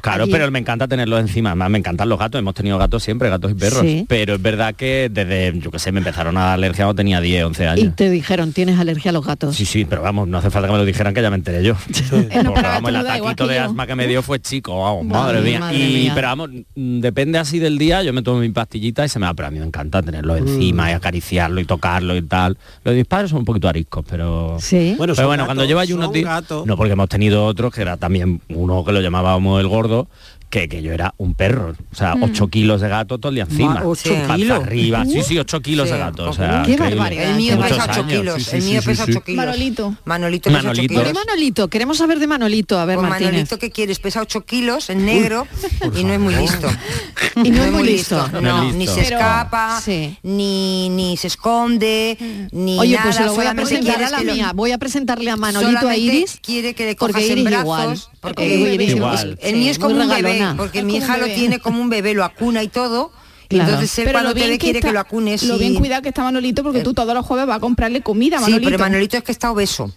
Speaker 7: Claro,
Speaker 6: Allí.
Speaker 7: pero me encanta tenerlos encima. Además, me encantan los gatos. Hemos tenido gatos siempre, gatos y perros.
Speaker 6: Sí.
Speaker 7: Pero es verdad que desde, yo qué sé, me empezaron a dar alergia cuando tenía 10, 11
Speaker 6: Y
Speaker 7: años.
Speaker 6: te dijeron, tienes alergia a los gatos.
Speaker 7: Sí, sí, pero vamos, no hace falta que me lo dijeran que ya me enteré yo. Porque, vamos, el
Speaker 6: tú, da igual
Speaker 7: ataquito
Speaker 6: que
Speaker 7: de
Speaker 6: yo.
Speaker 7: asma que me dio fue chico, vamos, madre,
Speaker 6: Madre,
Speaker 7: mía.
Speaker 6: madre
Speaker 7: y
Speaker 6: mía.
Speaker 7: pero vamos, mm, depende así del día, yo me tomo mi pastillita y se me va, pero a mí me encanta tenerlo encima y acariciarlo y tocarlo y tal. Los de mis padres son un poquito ariscos, pero.
Speaker 6: Sí. Bueno,
Speaker 7: Bueno, pero
Speaker 6: son
Speaker 7: bueno, cuando
Speaker 6: gatos,
Speaker 7: lleva yo unos
Speaker 6: son
Speaker 7: días.
Speaker 6: gatos.
Speaker 7: No, porque hemos tenido otros que era también uno que lo llamábamos el gordo. Que, que yo era un perro, o sea,
Speaker 6: Mm.
Speaker 7: 8 kilos de gato todo el día encima.
Speaker 9: Ma- ocho
Speaker 7: Patas
Speaker 9: kilos.
Speaker 7: Arriba, sí, sí, 8 kilos
Speaker 9: Sí.
Speaker 7: de gato. O sea,
Speaker 6: Qué
Speaker 7: increíble.
Speaker 6: barbaridad.
Speaker 9: El mío
Speaker 7: Muchos
Speaker 9: pesa 8
Speaker 7: años.
Speaker 9: kilos,
Speaker 7: Sí, sí,
Speaker 9: el
Speaker 7: sí,
Speaker 9: mío
Speaker 7: sí,
Speaker 9: pesa
Speaker 7: sí.
Speaker 9: 8 kilos. Manolito. Manolito pesa 8
Speaker 7: Manolito.
Speaker 9: kilos.
Speaker 6: Bueno, y Manolito, queremos saber de Manolito, a ver,
Speaker 9: Pues
Speaker 6: Martínez.
Speaker 9: Manolito, ¿qué quieres? Pesa 8 kilos, en negro, y no es muy listo.
Speaker 6: Y no es muy listo.
Speaker 9: No,
Speaker 6: No es
Speaker 9: ni
Speaker 6: listo.
Speaker 9: se
Speaker 6: Pero-
Speaker 9: escapa, ni, ni se esconde, ni
Speaker 6: Oye,
Speaker 9: nada.
Speaker 6: pues se lo voy a
Speaker 9: solamente
Speaker 6: presentar a
Speaker 9: quieres
Speaker 6: la
Speaker 9: que lo-
Speaker 6: mía. Voy a presentarle a Manolito a
Speaker 9: solamente
Speaker 6: Iris.
Speaker 9: quiere que le
Speaker 6: porque
Speaker 9: cojas en
Speaker 6: Iris
Speaker 9: brazos,
Speaker 6: igual.
Speaker 9: porque
Speaker 6: Eh, Iris
Speaker 9: el
Speaker 6: igual.
Speaker 9: el mío es
Speaker 6: Sí,
Speaker 9: como
Speaker 6: muy
Speaker 9: un bebé,
Speaker 6: regalona.
Speaker 9: porque
Speaker 6: Es
Speaker 9: mi
Speaker 6: como
Speaker 9: hija
Speaker 6: un
Speaker 9: lo
Speaker 6: bebé.
Speaker 9: tiene como un bebé, lo acuna y todo. y
Speaker 6: Claro.
Speaker 9: Entonces él
Speaker 10: Pero
Speaker 9: cuando
Speaker 10: lo
Speaker 9: te
Speaker 10: bien
Speaker 9: ve quiere
Speaker 10: está-
Speaker 9: que lo acunes.
Speaker 10: Lo bien
Speaker 9: y-
Speaker 10: cuidado que está Manolito porque tú todos los jueves vas a comprarle comida,
Speaker 9: Sí,
Speaker 10: Manolito.
Speaker 9: pero Manolito es que está obeso.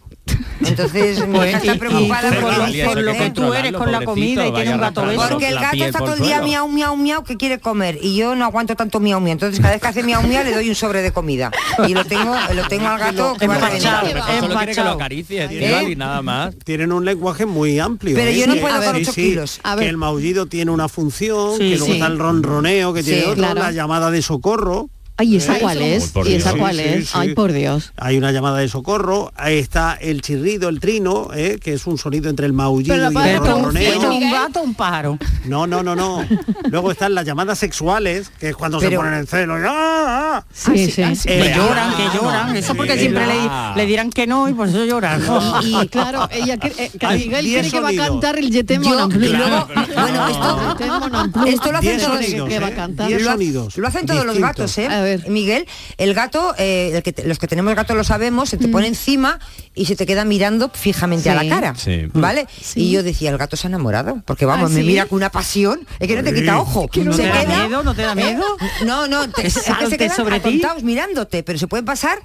Speaker 9: Entonces mi
Speaker 10: Pues,
Speaker 9: hija
Speaker 10: y-
Speaker 9: está
Speaker 10: y
Speaker 9: preocupada
Speaker 10: tú,
Speaker 9: por lo-
Speaker 10: Celia,
Speaker 9: por
Speaker 10: eso hay
Speaker 9: lo
Speaker 10: que
Speaker 9: que tú eres
Speaker 10: controlarlo,
Speaker 9: con la comida
Speaker 10: pobrecito,
Speaker 9: y tiene
Speaker 10: vaya
Speaker 9: un gato
Speaker 10: arrastrando
Speaker 9: obeso. Porque el
Speaker 10: la
Speaker 9: gato
Speaker 10: piel
Speaker 9: está
Speaker 10: por
Speaker 9: todo el
Speaker 10: el
Speaker 9: día
Speaker 10: suelo.
Speaker 9: miau, miau, miau que quiere comer y yo no aguanto tanto miau, miau. Entonces cada vez que hace miau, miau le doy un sobre de comida y lo tengo lo tengo al gato que va a reventar.
Speaker 7: Empachado, pero solo quiere que lo
Speaker 9: Empachado.
Speaker 7: acaricie,
Speaker 9: Ay,
Speaker 7: Estíbaliz,
Speaker 9: ¿eh?
Speaker 7: nada más.
Speaker 5: Tienen un lenguaje muy amplio.
Speaker 9: Pero
Speaker 5: ¿eh?
Speaker 9: yo no
Speaker 5: Que-
Speaker 9: puedo
Speaker 5: a ver,
Speaker 9: con
Speaker 5: sí,
Speaker 9: ocho
Speaker 5: sí,
Speaker 9: kilos. A
Speaker 5: Que
Speaker 9: ver.
Speaker 5: el maullido tiene una función,
Speaker 9: Sí,
Speaker 5: que luego
Speaker 9: sí.
Speaker 5: está el ronroneo que
Speaker 9: Sí,
Speaker 5: tiene otro,
Speaker 9: claro.
Speaker 5: la llamada de socorro.
Speaker 6: Ay, ¿y esa cuál es? ¿Y esa cuál es? Ay, por Dios.
Speaker 5: Hay una llamada de socorro, ahí está el chirrido, el trino, ¿eh? que es un sonido entre el maullido
Speaker 8: Pero
Speaker 5: y el
Speaker 8: para un,
Speaker 5: ronroneo.
Speaker 8: un gato o un pájaro.
Speaker 5: No, no, no, no. Luego están las llamadas sexuales, que es cuando se
Speaker 8: Pero-
Speaker 5: ponen en celo. y ¡ah, ah!
Speaker 8: Sí, sí.
Speaker 5: Eh,
Speaker 8: Que lloran, que
Speaker 5: ah,
Speaker 8: lloran. Eso
Speaker 5: sí,
Speaker 8: porque
Speaker 5: sí,
Speaker 8: siempre le,
Speaker 5: ah.
Speaker 8: le dirán que no y por eso lloran.
Speaker 6: Y, y claro, ella cre- eh, que
Speaker 8: Hay
Speaker 6: Miguel
Speaker 8: diez
Speaker 6: cree que va a
Speaker 8: sonidos.
Speaker 6: cantar el Jeté
Speaker 9: Yo-
Speaker 6: Monoplum.
Speaker 9: Claro,
Speaker 11: Ah.
Speaker 6: bueno, esto,
Speaker 9: Esto lo hacen todos
Speaker 6: que
Speaker 11: ¿eh?
Speaker 6: va a cantar.
Speaker 9: Lo ha- lo hacen todos los gatos, ¿eh? Miguel, el gato, eh, el que te- los que tenemos gato lo sabemos, se te pone encima y se te queda mirando fijamente a
Speaker 11: Mm. Sí.
Speaker 9: la cara.
Speaker 11: Sí.
Speaker 9: ¿Vale?
Speaker 11: Sí.
Speaker 9: Y yo decía, el gato se ha enamorado, porque vamos,
Speaker 11: ¿Ah,
Speaker 9: me
Speaker 11: sí?
Speaker 9: mira con una pasión. Es que no te
Speaker 11: Sí.
Speaker 9: quita ojo.
Speaker 11: Que no
Speaker 9: se
Speaker 11: te da
Speaker 9: queda-
Speaker 11: miedo, no te da
Speaker 9: ¿Eh?
Speaker 11: miedo.
Speaker 9: No, no, te,
Speaker 11: Que
Speaker 9: es que
Speaker 11: salte
Speaker 9: se quedan
Speaker 11: sobre ti.
Speaker 9: atontados mirándote, pero se pueden pasar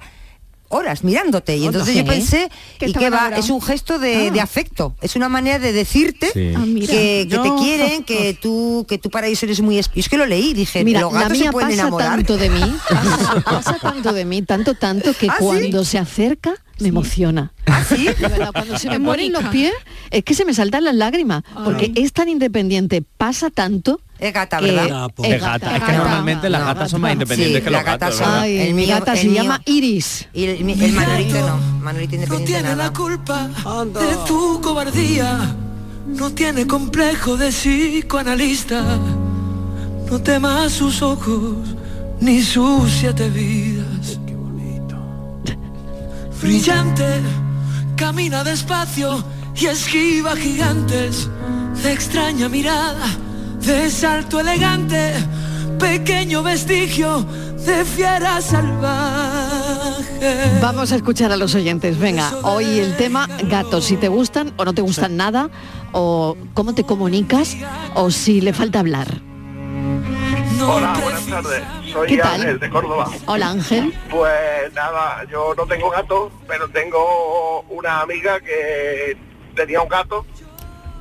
Speaker 9: horas mirándote y
Speaker 11: Onda.
Speaker 9: entonces
Speaker 11: Sí.
Speaker 9: yo pensé
Speaker 11: ¿eh? Que
Speaker 9: y
Speaker 11: estaba
Speaker 9: que va
Speaker 11: enamorado.
Speaker 9: es un gesto de,
Speaker 6: Ah.
Speaker 9: de afecto es una manera de decirte
Speaker 11: Sí. Ah,
Speaker 9: que,
Speaker 11: mira.
Speaker 9: que te
Speaker 11: Yo-
Speaker 9: quieren que tú que tú para ellos eres muy es- y es que lo leí dije Eh,
Speaker 6: Mira,
Speaker 9: los
Speaker 6: la
Speaker 9: gatos
Speaker 6: mía
Speaker 9: se pueden
Speaker 6: pasa
Speaker 9: enamorar
Speaker 6: tanto de mí, pasa, pasa tanto de mí, tanto, tanto, que
Speaker 9: ¿Ah, sí?
Speaker 6: cuando se acerca me emociona. De verdad, cuando se me
Speaker 10: Es
Speaker 6: ponen
Speaker 10: Mónica.
Speaker 6: los pies, es que se me saltan las lágrimas, porque es tan independiente, pasa tanto...
Speaker 9: Es gata,
Speaker 6: que- eh,
Speaker 7: Gata, po. Es gata. Es que normalmente las gatas son más independientes que los
Speaker 9: las gatas
Speaker 7: gatos,
Speaker 9: son-
Speaker 7: ¿verdad?
Speaker 9: el
Speaker 6: Ay, mi
Speaker 9: mío-
Speaker 6: gata
Speaker 9: el
Speaker 6: se
Speaker 9: mío-
Speaker 6: llama Iris.
Speaker 9: y el, mi- el manolito no manolito independiente
Speaker 13: tiene
Speaker 9: nada.
Speaker 13: la culpa de tu cobardía. No tiene complejo de psicoanalista. No temas sus ojos ni sus siete vidas. Qué bonito. Brillante, camina despacio y esquiva gigantes de extraña mirada, de salto elegante, pequeño vestigio de fiera salvaje.
Speaker 6: Vamos a escuchar a los oyentes. Venga, hoy el tema gatos, si te gustan o no te gustan nada, o cómo te comunicas, o si le falta hablar.
Speaker 14: Hola, buenas tardes. Soy
Speaker 6: ¿Qué tal?
Speaker 14: Ángel de Córdoba.
Speaker 6: Hola Ángel.
Speaker 14: Pues nada, yo no tengo gato, pero tengo una amiga que tenía un gato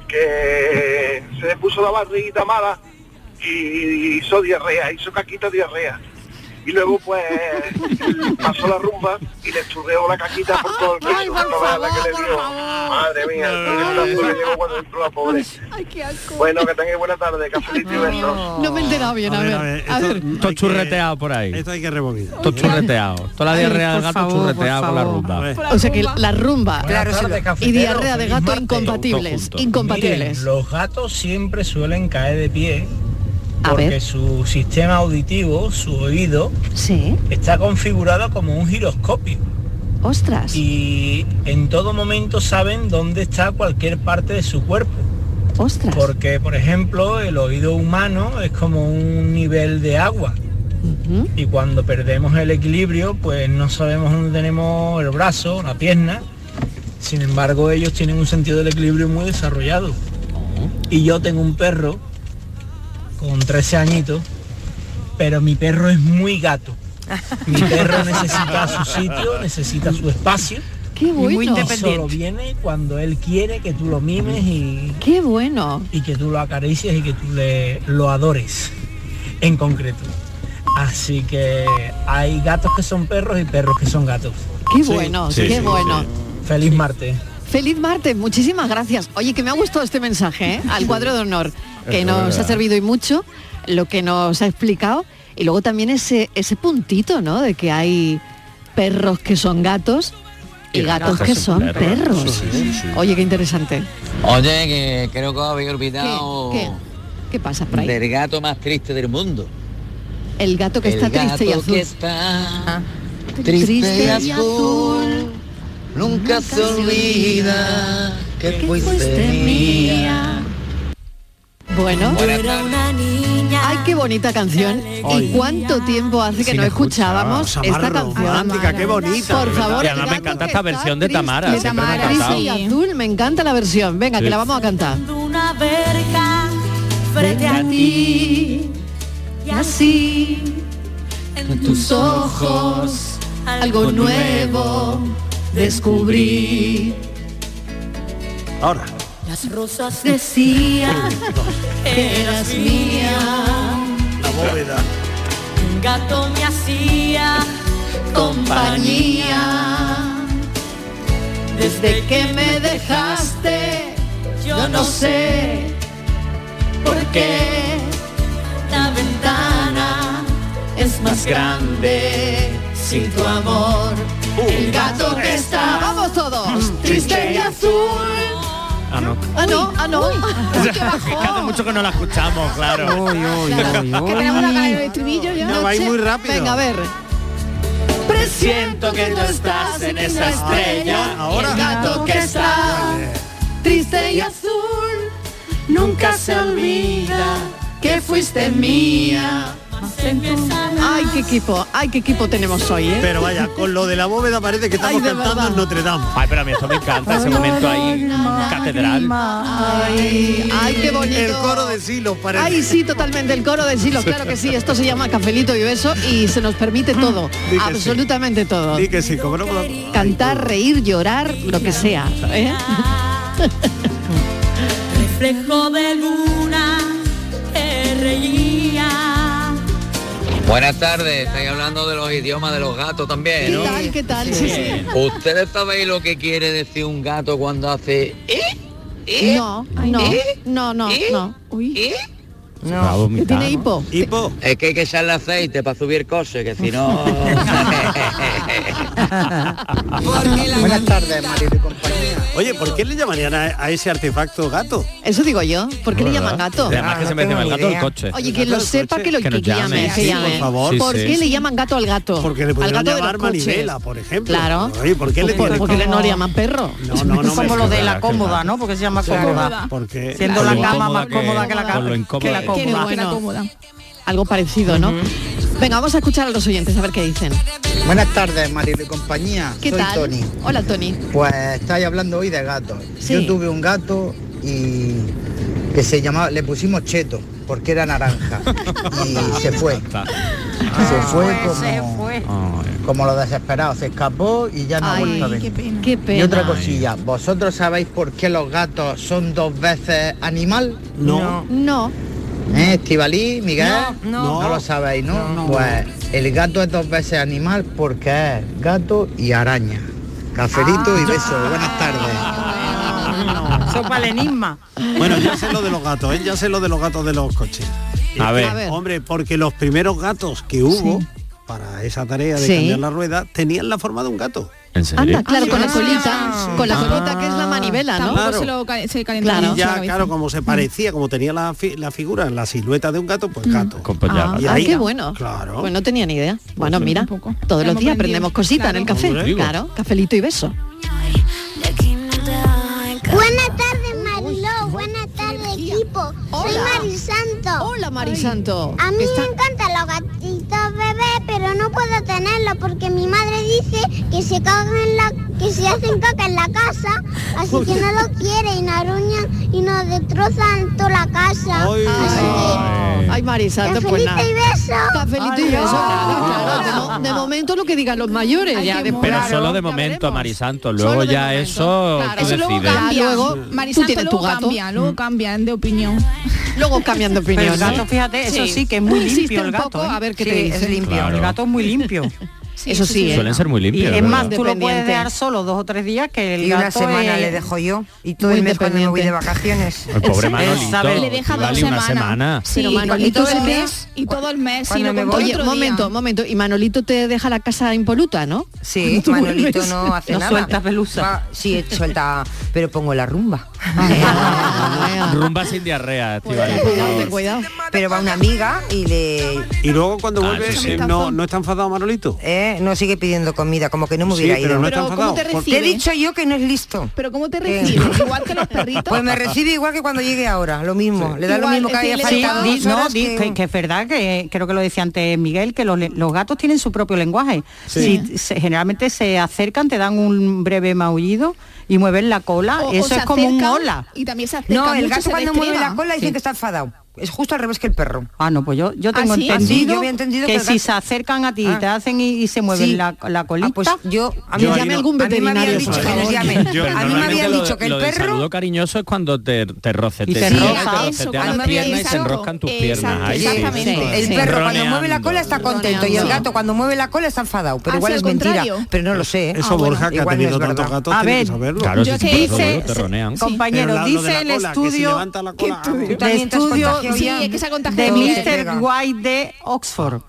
Speaker 14: que se le puso la barriguita mala y hizo diarrea, hizo caquita diarrea. Y luego pues pasó la rumba y le estudió la cajita por todo el cuerpo. no veas la que le dio. Madre mía, el pedazo que llevo cuando entró la pobre.
Speaker 6: Ay, qué asco.
Speaker 14: Bueno, que tengáis buena tarde, cafelito y besos.
Speaker 6: No me he enterado bien, a ver. a ver.
Speaker 7: Todo churreteado por ahí. Esto
Speaker 5: hay que rebobinar.
Speaker 7: Todo churreteado. Toda la
Speaker 6: Ay,
Speaker 7: diarrea del
Speaker 6: por
Speaker 7: gato
Speaker 6: favor,
Speaker 7: churreteado
Speaker 6: por
Speaker 7: con la
Speaker 6: favor.
Speaker 7: rumba.
Speaker 6: O sea que la rumba
Speaker 7: Claro, sí, lo-
Speaker 6: y
Speaker 7: cafeteros,
Speaker 6: diarrea de
Speaker 7: feliz
Speaker 6: gato
Speaker 7: martes.
Speaker 6: incompatibles,
Speaker 7: Todo junto.
Speaker 6: incompatibles.
Speaker 11: Miren, los gatos siempre suelen caer de pie
Speaker 6: A
Speaker 11: porque
Speaker 6: ver.
Speaker 11: su sistema auditivo, su oído, está configurado como un giroscopio.
Speaker 6: Ostras.
Speaker 11: Y en todo momento saben dónde está cualquier parte de su cuerpo.
Speaker 6: Ostras.
Speaker 11: Porque, por ejemplo, el oído humano es como un nivel de agua. Y cuando perdemos el equilibrio, pues no sabemos dónde tenemos el brazo, la pierna. Sin embargo, ellos tienen un sentido del equilibrio muy desarrollado. Y yo tengo un perro con 13 añitos, pero mi perro es muy gato. Mi perro necesita su sitio, necesita su espacio.
Speaker 6: Qué
Speaker 11: Y muy
Speaker 6: bueno.
Speaker 11: independiente. Solo viene cuando él quiere que tú lo mimes y
Speaker 6: qué bueno
Speaker 11: y que tú lo acaricies y que tú le lo adores en concreto. Así que hay gatos que son perros y perros que son gatos.
Speaker 6: Qué bueno, qué bueno.
Speaker 11: Feliz martes.
Speaker 6: Feliz martes, muchísimas gracias. Oye, que me ha gustado este mensaje ¿eh? al cuadro de honor, que
Speaker 11: Es
Speaker 6: nos
Speaker 11: verdad.
Speaker 6: ha servido y mucho lo que nos ha explicado. Y luego también ese, ese puntito, ¿no? De que hay perros que son gatos y, gatos, que son perros. Oye, qué interesante.
Speaker 15: Oye, que creo que habéis olvidado
Speaker 6: ¿Qué? ¿Qué pasa por ahí?
Speaker 15: del gato más triste del mundo.
Speaker 6: El gato que
Speaker 15: El
Speaker 6: está triste y
Speaker 15: gato
Speaker 6: azul.
Speaker 15: que está
Speaker 6: triste,
Speaker 15: triste
Speaker 6: y
Speaker 15: y
Speaker 6: azul.
Speaker 15: Nunca se olvida que fuiste mía.
Speaker 6: Bueno,
Speaker 15: Buenas Yo era tardes.
Speaker 6: ay, qué bonita canción.
Speaker 7: Ay.
Speaker 6: ¿Y cuánto tiempo hace que
Speaker 7: Sí,
Speaker 6: no
Speaker 7: la
Speaker 6: escuchábamos
Speaker 7: escuchaba.
Speaker 6: esta
Speaker 7: Samara
Speaker 6: canción?
Speaker 7: romántica, qué bonita,
Speaker 6: Por
Speaker 7: de verdad.
Speaker 6: favor,
Speaker 7: Y además me
Speaker 6: gato que
Speaker 7: encanta esta
Speaker 6: está
Speaker 7: versión de
Speaker 6: trris-
Speaker 7: Tamara,
Speaker 6: de
Speaker 7: siempre me ha
Speaker 6: Tamara,
Speaker 7: encantado.
Speaker 6: triste y azul, me encanta la versión. Venga,
Speaker 7: Sí.
Speaker 6: que la vamos a cantar.
Speaker 13: una verga frente a ti y así en tus ojos algo nuevo descubrí.
Speaker 5: Ahora.
Speaker 13: Las rosas decían que eras mía,
Speaker 5: La bóveda.
Speaker 13: un gato me hacía compañía. Desde que me dejaste, yo no sé por qué la ventana es más grande sin tu amor.
Speaker 6: Uh.
Speaker 13: El gato que está Mm,
Speaker 6: Vamos todos.
Speaker 13: triste y azul.
Speaker 7: Ah, no.
Speaker 6: Ah, no, ah, no.
Speaker 7: Es que hace mucho que no la escuchamos, claro.
Speaker 9: Que tenemos la galera de estribillo ya.
Speaker 7: No, va a ir muy rápido.
Speaker 6: Venga, a ver.
Speaker 13: Presiento que no estás en esa estrella. El gato que está triste y azul nunca se olvida que fuiste mía.
Speaker 6: Ay, qué equipo, ay, qué equipo tenemos hoy, ¿eh?
Speaker 5: Pero vaya, con lo de la bóveda parece que
Speaker 6: Ay,
Speaker 5: estamos
Speaker 6: de
Speaker 5: cantando en Notre Dame.
Speaker 7: Ay, pero a mí esto me encanta, ese momento ahí, catedral.
Speaker 6: Ay, ay, qué bonito.
Speaker 5: El coro de silos parece.
Speaker 6: Ay, sí, totalmente, el coro de silos, claro que sí. Esto se llama cafelito y beso y se nos permite todo,
Speaker 5: Di que sí.
Speaker 6: absolutamente todo.
Speaker 5: Di que sí, como no podemos-
Speaker 6: Cantar, reír, llorar, lo que sea. ¿eh?
Speaker 13: Reflejo de luna que reía.
Speaker 15: Buenas tardes, estáis hablando de los idiomas de los gatos también, ¿no?
Speaker 6: ¿Qué tal? Sí, sí.
Speaker 15: ¿Ustedes sabéis lo que quiere decir un gato cuando hace
Speaker 6: No, no, no, no, no. Uy.
Speaker 15: No.
Speaker 6: Que tiene hipo.
Speaker 5: Hipo.
Speaker 15: Es que hay que echarle aceite para subir cosas, que si no...
Speaker 5: Buenas tardes, marido y compañía. Oye, ¿por qué le llamarían a, a ese artefacto gato?
Speaker 6: Eso digo yo. ¿Por qué le llaman gato?
Speaker 7: ¿eh?
Speaker 6: Ah,
Speaker 7: Además que se mete el gato del coche.
Speaker 6: Oye, quien lo sepa que lo
Speaker 7: Que nos
Speaker 6: que llame,
Speaker 7: llame,
Speaker 6: que
Speaker 7: sí,
Speaker 6: llame.
Speaker 7: por favor.
Speaker 6: ¿Por
Speaker 7: Sí, sí.
Speaker 6: qué le llaman gato al gato?
Speaker 5: Porque le
Speaker 6: al
Speaker 5: pudieron
Speaker 6: gato de
Speaker 5: llamar
Speaker 6: los coches.
Speaker 5: manivela, por ejemplo.
Speaker 6: Claro.
Speaker 5: Oye, ¿por qué le
Speaker 6: Porque,
Speaker 5: tienen
Speaker 6: porque no le llaman perro.
Speaker 5: No, no, no.
Speaker 8: Como
Speaker 5: me
Speaker 8: lo de la
Speaker 5: jodas, qué
Speaker 8: cómoda,
Speaker 5: mal.
Speaker 8: ¿no? Porque se llama
Speaker 5: Claro,
Speaker 8: cómoda.
Speaker 5: Porque
Speaker 8: Siendo la cama más cómoda que la
Speaker 7: con lo
Speaker 8: cama.
Speaker 7: incómoda
Speaker 8: Que la
Speaker 7: que-
Speaker 8: cómoda.
Speaker 7: Qué
Speaker 6: bueno. Algo parecido, ¿no? Venga, vamos a escuchar a los oyentes a ver qué dicen.
Speaker 16: Buenas tardes, Marilo y compañía.
Speaker 6: ¿Qué
Speaker 16: Soy
Speaker 6: tal?
Speaker 16: Tony.
Speaker 6: Hola, Tony.
Speaker 16: Pues estáis hablando hoy de gatos.
Speaker 6: Sí.
Speaker 16: Yo tuve un gato y que se llamaba, le pusimos Cheto porque era naranja y se fue. Se fue como, como lo desesperado, se escapó y ya no ha vuelto a
Speaker 9: Ay,
Speaker 16: venir.
Speaker 9: qué pena.
Speaker 6: Qué pena.
Speaker 16: Y otra cosilla, ¿vosotros sabéis por qué los gatos son dos veces animal?
Speaker 5: No.
Speaker 6: No.
Speaker 16: ¿Eh, Estivalí, Miguel?
Speaker 9: No, no.
Speaker 16: lo sabéis, ¿no?
Speaker 9: No, no.
Speaker 16: Pues el gato es dos veces animal porque es gato y araña. Caferito
Speaker 9: Ah.
Speaker 16: y beso. Buenas tardes.
Speaker 8: Sopa el enigma.
Speaker 5: Bueno, ya sé lo de los gatos, ¿eh? ya sé lo de los gatos de los coches.
Speaker 7: A
Speaker 5: Eh,
Speaker 7: ver.
Speaker 5: Hombre, porque los primeros gatos que hubo para esa tarea de
Speaker 6: Sí.
Speaker 5: cambiar la rueda tenían la forma de un gato.
Speaker 7: ¿En
Speaker 6: Anda, claro, con la colita, con la
Speaker 5: Ah.
Speaker 6: colita que es la manivela, ¿no?
Speaker 5: Claro.
Speaker 10: se, lo, ca- se calienta
Speaker 5: Claro.
Speaker 10: mucho
Speaker 5: Y
Speaker 10: la
Speaker 5: ya,
Speaker 10: cabeza.
Speaker 5: claro, como se parecía, como tenía la, fi- la figura, la silueta de un gato, pues gato.
Speaker 6: Ah,
Speaker 5: Y
Speaker 6: ah,
Speaker 5: ahí-
Speaker 6: qué bueno.
Speaker 5: Claro.
Speaker 6: Pues no tenía ni idea. Bueno,
Speaker 5: sí,
Speaker 6: mira, todos los
Speaker 10: Hemos
Speaker 6: días
Speaker 10: aprendido.
Speaker 6: aprendemos cositas en el
Speaker 10: Claro.
Speaker 6: café.
Speaker 10: Hombre, digo.
Speaker 6: Claro, cafelito y beso.
Speaker 17: Buenas tardes, Mariló. Buenas tardes, equipo. Soy
Speaker 6: Hola.
Speaker 17: Marisanto.
Speaker 6: Hola, Marisanto.
Speaker 17: A mí me encantan los gatitos bebés, pero no puedo tenerlos porque mi madre dice que se cagan en la que se hacen caca en la casa, así que no lo quiere y nos aruñan y nos destrozan toda la casa.
Speaker 6: Ay, Ay, Marisanto, pues nada.
Speaker 17: Cafelito y beso.
Speaker 6: Cafelito y beso. Claro, de mo- de momento lo que digan los mayores. ya después.
Speaker 7: Pero solo de momento, Marisanto. Luego ya eso tú
Speaker 10: Eso luego
Speaker 7: decides.
Speaker 10: cambia.
Speaker 6: Luego,
Speaker 10: Marisanto,
Speaker 6: tú tienes tu
Speaker 10: luego
Speaker 6: gato.
Speaker 10: cambia, luego cambian de opinión.
Speaker 6: Luego cambian de opinión.
Speaker 8: Pero el gato, fíjate, eso sí que es muy
Speaker 6: Insiste
Speaker 8: limpio
Speaker 6: un
Speaker 8: el gato.
Speaker 6: poco,
Speaker 8: ¿eh?
Speaker 6: a ver qué
Speaker 8: Sí,
Speaker 6: te
Speaker 8: es
Speaker 6: dice.
Speaker 8: limpio.
Speaker 7: Claro.
Speaker 8: El gato es muy limpio.
Speaker 6: Eso sí, ¿eh?
Speaker 7: Suelen ser muy
Speaker 8: Y
Speaker 7: limpios.
Speaker 8: es
Speaker 7: ¿verdad?
Speaker 8: más, tú lo puedes
Speaker 6: Independiente.
Speaker 8: dejar solo dos o tres días que el
Speaker 9: Y
Speaker 8: gato
Speaker 9: una semana
Speaker 8: es-
Speaker 9: le dejo yo. Y todo el mes cuando me voy de vacaciones.
Speaker 7: El pobre
Speaker 8: Él sabe-
Speaker 7: Manolito.
Speaker 8: Le deja
Speaker 7: vale
Speaker 8: dos
Speaker 7: una
Speaker 8: semanas.
Speaker 7: semana.
Speaker 10: Sí,
Speaker 6: Pero
Speaker 10: y
Speaker 6: Manolito
Speaker 10: todo el
Speaker 6: se queda-
Speaker 10: mes, y todo el mes.
Speaker 9: cuando
Speaker 10: y lo
Speaker 9: me
Speaker 10: compro
Speaker 9: voy?
Speaker 6: Oye,
Speaker 10: otro
Speaker 6: un
Speaker 10: día.
Speaker 6: momento, un momento. Y Manolito te deja la casa impoluta, ¿no?
Speaker 9: Sí,
Speaker 6: Tú
Speaker 9: Manolito
Speaker 6: vuelves.
Speaker 9: no hace nada. Va- sí, suelta, pero pongo la rumba.
Speaker 6: Ah,
Speaker 7: Rumba sin diarrea,
Speaker 9: Pues,
Speaker 7: Estivali.
Speaker 6: cuidado.
Speaker 9: Pero va una amiga y le...
Speaker 5: Y luego cuando vuelve,
Speaker 7: eso Ah, sí.
Speaker 5: eh, no, no está enfadado Manolito.
Speaker 9: eh, no sigue pidiendo comida, como que no me
Speaker 5: Sí,
Speaker 9: hubiera
Speaker 5: pero
Speaker 9: ido.
Speaker 5: no está Pero, ¿cómo enfadado?
Speaker 10: te
Speaker 9: Porque
Speaker 10: recibe?
Speaker 9: he dicho yo que no es listo.
Speaker 10: Pero ¿cómo te recibes? Igual que los perritos.
Speaker 9: Pues me recibe igual que cuando llegue ahora, lo mismo. Le da
Speaker 10: Igual,
Speaker 9: lo mismo que
Speaker 10: es
Speaker 9: haya
Speaker 10: decir, le da
Speaker 9: faltado
Speaker 10: dos
Speaker 8: Di-
Speaker 9: dos
Speaker 8: no,
Speaker 9: horas
Speaker 8: di-
Speaker 9: que-
Speaker 8: que, que es verdad que creo que lo decía antes Miguel, que los, le- los gatos tienen su propio lenguaje.
Speaker 9: Sí.
Speaker 8: Si se- generalmente se acercan, te dan un breve maullido y mueven la cola.
Speaker 10: O- o
Speaker 8: Eso
Speaker 10: se
Speaker 8: es como un
Speaker 10: acercan
Speaker 8: hola.
Speaker 10: Y también se acerca
Speaker 9: No, el
Speaker 10: mucho,
Speaker 9: gato
Speaker 10: se
Speaker 9: cuando mueve
Speaker 10: destreba.
Speaker 9: la cola dice que está enfadado. Es justo al revés que el perro.
Speaker 8: Ah, no, pues yo, yo tengo
Speaker 9: ¿Ah, sí? Ah, sí,
Speaker 8: entendido,
Speaker 9: yo había entendido
Speaker 8: que,
Speaker 9: que el
Speaker 8: si
Speaker 9: gato-
Speaker 8: se acercan a ti y te
Speaker 9: Ah.
Speaker 8: hacen y, y se mueven
Speaker 9: Sí.
Speaker 8: la, la colita.
Speaker 9: pues yo- a mí
Speaker 8: Yo
Speaker 9: me
Speaker 8: ahí
Speaker 9: llame
Speaker 8: no-
Speaker 9: algún
Speaker 8: a mí me habían
Speaker 9: veterinario,
Speaker 8: dicho
Speaker 9: por
Speaker 8: que
Speaker 9: favor.
Speaker 8: nos llamen.
Speaker 9: Yo- a mí me
Speaker 7: Normalmente
Speaker 9: habían
Speaker 7: lo-
Speaker 9: dicho que el
Speaker 7: lo del
Speaker 9: perro-
Speaker 7: saludo cariñoso es cuando te, te rocetean,
Speaker 8: Y te
Speaker 7: te
Speaker 8: enroja.
Speaker 7: rocetean
Speaker 8: Eso,
Speaker 7: las
Speaker 8: cuando me
Speaker 7: piernas y
Speaker 8: habían
Speaker 7: se
Speaker 8: dicho.
Speaker 7: enroscan tus piernas. Ahí sí,
Speaker 10: Exactamente.
Speaker 7: sí.
Speaker 9: El perro cuando mueve la cola está
Speaker 10: Roneando.
Speaker 9: contento y el
Speaker 10: Roneando.
Speaker 9: gato cuando mueve la cola está enfadado. Pero
Speaker 10: Ah,
Speaker 9: igual
Speaker 10: sí,
Speaker 9: es
Speaker 10: al
Speaker 9: mentira.
Speaker 10: contrario.
Speaker 9: Pero no lo sé. ¿eh? Ah,
Speaker 5: Eso Borja, que ha tenido tantos gatos,
Speaker 8: A
Speaker 5: tiene
Speaker 8: ver,
Speaker 5: que saberlo.
Speaker 7: Claro,
Speaker 8: Yo
Speaker 7: si
Speaker 8: que
Speaker 7: te rodean,
Speaker 8: hice-
Speaker 7: te ronean.
Speaker 5: Pero la-
Speaker 8: Compañero,
Speaker 5: lo de la
Speaker 8: dice el
Speaker 5: cola, que si
Speaker 8: estudio
Speaker 5: levanta la
Speaker 8: ¿Qué
Speaker 5: cola,
Speaker 8: estudio?
Speaker 5: ¿Tú
Speaker 8: de
Speaker 9: también te has
Speaker 8: estudio
Speaker 9: contagiado
Speaker 10: Sí,
Speaker 9: ya?
Speaker 10: es que se ha
Speaker 8: de
Speaker 10: contagiado.
Speaker 8: Mr.
Speaker 9: Venga.
Speaker 8: White de Oxford.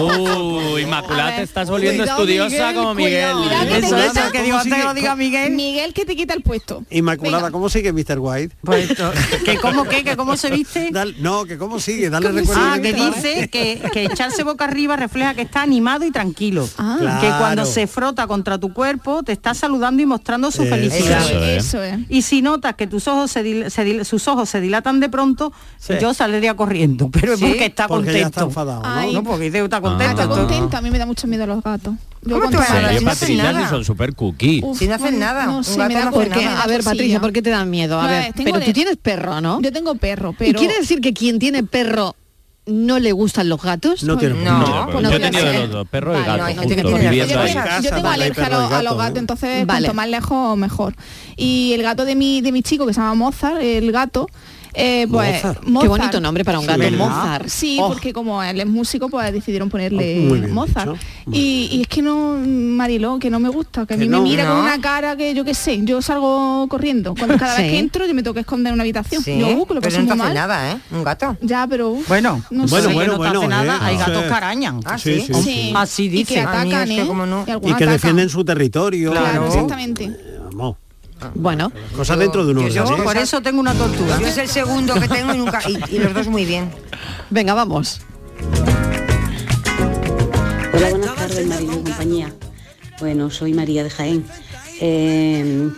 Speaker 7: Uh, Inmaculada, te estás volviendo
Speaker 10: Cuidado,
Speaker 7: estudiosa
Speaker 10: Miguel,
Speaker 7: como Miguel.
Speaker 10: cuidado. Cuidado que te
Speaker 8: Eso,
Speaker 10: quita-
Speaker 8: eso, que digo,
Speaker 5: ¿Cómo
Speaker 8: antes que
Speaker 5: sigue?
Speaker 8: lo diga Miguel.
Speaker 10: Miguel que te quita el puesto.
Speaker 5: Inmaculada,
Speaker 10: Venga.
Speaker 5: ¿cómo sigue Mr. White?
Speaker 8: Pues esto, que cómo qué, que cómo se viste.
Speaker 5: Dale- no, que cómo sigue, dale recuerdo.
Speaker 8: Ah,
Speaker 5: de
Speaker 8: que
Speaker 5: Mr. White.
Speaker 8: dice que, que echarse boca arriba refleja que está animado y tranquilo. Que
Speaker 5: Claro.
Speaker 8: cuando se frota contra tu cuerpo te está saludando y mostrando su
Speaker 5: Eso
Speaker 8: felicidad.
Speaker 7: Eso es.
Speaker 10: Eso es.
Speaker 8: Y si notas que tus ojos se dil- se dil- sus ojos se dilatan de pronto,
Speaker 5: Sí.
Speaker 8: yo saldría corriendo. Pero es
Speaker 9: Sí,
Speaker 8: porque está
Speaker 5: Porque ya está
Speaker 8: contento.
Speaker 5: enfadado, ¿no?
Speaker 10: Ay,
Speaker 8: No, porque dice, está
Speaker 10: Ah,
Speaker 8: contento.
Speaker 10: está
Speaker 8: entonces-
Speaker 10: contenta. A mí me da mucho miedo los gatos. Yo
Speaker 9: ¿Cómo te va a
Speaker 10: contra-
Speaker 9: dar?
Speaker 7: Pero
Speaker 9: Si no hace
Speaker 7: Patricia sí
Speaker 9: nada.
Speaker 7: son súper cookie.
Speaker 10: Uf,
Speaker 9: Si no hacen
Speaker 10: bueno,
Speaker 9: nada,
Speaker 10: no
Speaker 9: un
Speaker 10: sé,
Speaker 9: gato
Speaker 10: me da
Speaker 9: no hace
Speaker 6: ¿Por
Speaker 10: porque-
Speaker 6: qué?
Speaker 9: nada.
Speaker 6: A ver, Patricia, ¿por qué te dan miedo? A
Speaker 10: No,
Speaker 6: ver,
Speaker 10: es- tengo
Speaker 6: pero tú
Speaker 10: de-
Speaker 6: tienes perro, ¿no?
Speaker 10: Yo tengo perro, pero...
Speaker 6: ¿Y quiere decir que quien tiene perro no le gustan los gatos?
Speaker 5: No tiene
Speaker 9: No,
Speaker 5: problema.
Speaker 9: pues no
Speaker 7: yo he
Speaker 9: voy a
Speaker 7: tenido de
Speaker 9: hacer.
Speaker 7: los dos, perro y
Speaker 9: Vale,
Speaker 7: gato,
Speaker 9: no, no,
Speaker 7: justo,
Speaker 9: tiene que tener pues,
Speaker 10: Yo
Speaker 7: viviendo
Speaker 10: tengo,
Speaker 7: ahí.
Speaker 5: casa
Speaker 10: yo tengo
Speaker 5: donde hay
Speaker 10: alergia a,
Speaker 5: perro y
Speaker 10: los- a los
Speaker 5: gato,
Speaker 10: gatos,
Speaker 5: ¿eh?
Speaker 10: entonces
Speaker 6: Vale.
Speaker 10: cuanto más lejos mejor. Y el gato de mi, de mi chico que se llama Mozart, el gato, eh, pues
Speaker 5: Mozart.
Speaker 10: Mozart.
Speaker 6: Qué bonito nombre para un gato,
Speaker 5: ¿verdad?
Speaker 6: Mozart.
Speaker 10: Sí,
Speaker 8: Oh.
Speaker 10: porque como él es músico, pues decidieron ponerle
Speaker 5: Muy bien
Speaker 10: Mozart.
Speaker 5: dicho.
Speaker 10: Y, y es que no, Mariló, que no me gusta, que a
Speaker 5: Que
Speaker 10: mí
Speaker 5: no,
Speaker 10: me mira
Speaker 9: no.
Speaker 10: con una cara que yo qué sé, yo salgo corriendo. Cuando cada vez
Speaker 6: Sí.
Speaker 10: que entro yo me tengo que esconder en una habitación.
Speaker 9: Sí,
Speaker 10: Yo, uh, que lo
Speaker 9: pero
Speaker 10: paso
Speaker 9: no te
Speaker 10: muy
Speaker 9: hace
Speaker 10: mal.
Speaker 9: nada, ¿eh? Un gato.
Speaker 10: Ya, pero... uh, uf,
Speaker 8: Bueno,
Speaker 10: no
Speaker 5: Bueno,
Speaker 10: sé.
Speaker 8: sí,
Speaker 5: bueno,
Speaker 8: no te hace
Speaker 5: bueno,
Speaker 8: nada,
Speaker 5: eh,
Speaker 8: hay
Speaker 5: no
Speaker 8: gatos
Speaker 5: sé.
Speaker 8: que arañan.
Speaker 9: Ah, sí.
Speaker 5: Sí, sí.
Speaker 10: Sí.
Speaker 8: Así
Speaker 10: Y
Speaker 8: dice.
Speaker 10: que
Speaker 9: A mí
Speaker 10: atacan,
Speaker 9: es que
Speaker 10: ¿eh?
Speaker 9: como no.
Speaker 10: Y
Speaker 5: Y
Speaker 10: algunos
Speaker 5: Ah, que
Speaker 10: atacan.
Speaker 5: defienden su territorio.
Speaker 10: Claro,
Speaker 5: en fin,
Speaker 10: exactamente.
Speaker 5: eh, Vamos,
Speaker 6: Bueno,
Speaker 5: cosas
Speaker 9: Yo-
Speaker 5: dentro de un
Speaker 9: yo-
Speaker 5: orden. ¿eh?
Speaker 8: Por eso tengo una tortuga.
Speaker 9: Yo es el segundo que tengo y nunca. Y, y los dos muy bien.
Speaker 6: venga, vamos.
Speaker 18: Hola, buenas tardes, Marilo y compañía. Bueno, soy María de Jaén. Eh,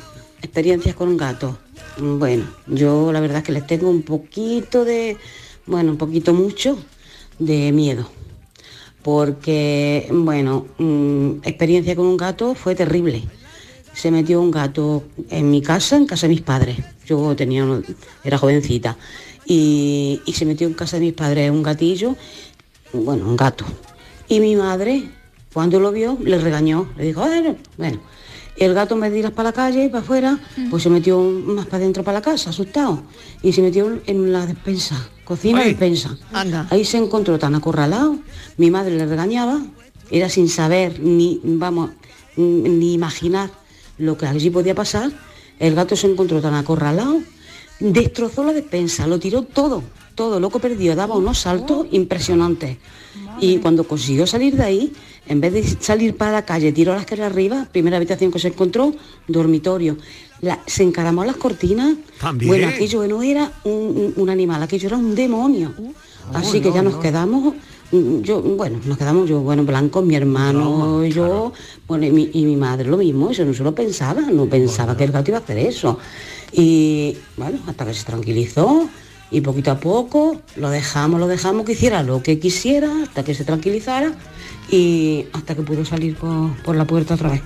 Speaker 18: experiencias con un gato. Bueno, yo la verdad es que les tengo un poquito de, bueno, un poquito mucho de miedo. Porque, bueno, mm, experiencia con un gato fue terrible. Se metió un gato en mi casa, en casa de mis padres. Yo tenía, uno- era jovencita. Y, y se metió en casa de mis padres un gatillo bueno, un gato. Y mi madre, cuando lo vio, le regañó, le dijo, "Ay, no". bueno, El gato me tiras para la calle, para afuera, pues se metió más para adentro para la casa, asustado. Y se metió en la despensa, cocina y despensa. Ahí se encontró tan acorralado. Mi madre le regañaba. Era sin saber ni, vamos, ni imaginar lo que allí podía pasar. El gato se encontró tan acorralado. Destrozó la despensa, lo tiró todo, todo, loco perdió, daba unos saltos impresionantes. Y cuando consiguió salir de ahí, en vez de salir para la calle, tiró las escalera arriba, primera habitación que se encontró, dormitorio. La- se encaramó a las cortinas.
Speaker 13: También.
Speaker 18: Bueno,
Speaker 5: ¿eh?
Speaker 18: aquello no era un, un- un animal, aquello era un demonio. Así que ya nos quedamos, mm, yo, bueno, nos quedamos yo, bueno, blanco, mi hermano, yo, bueno, y mi, y mi madre lo mismo, eso no se lo pensaba, no pensaba que el gato iba a hacer eso. Y bueno, hasta que se tranquilizó y poquito a poco lo dejamos, lo dejamos que hiciera lo que quisiera, hasta que se tranquilizara y hasta que pudo salir por, por la puerta otra vez.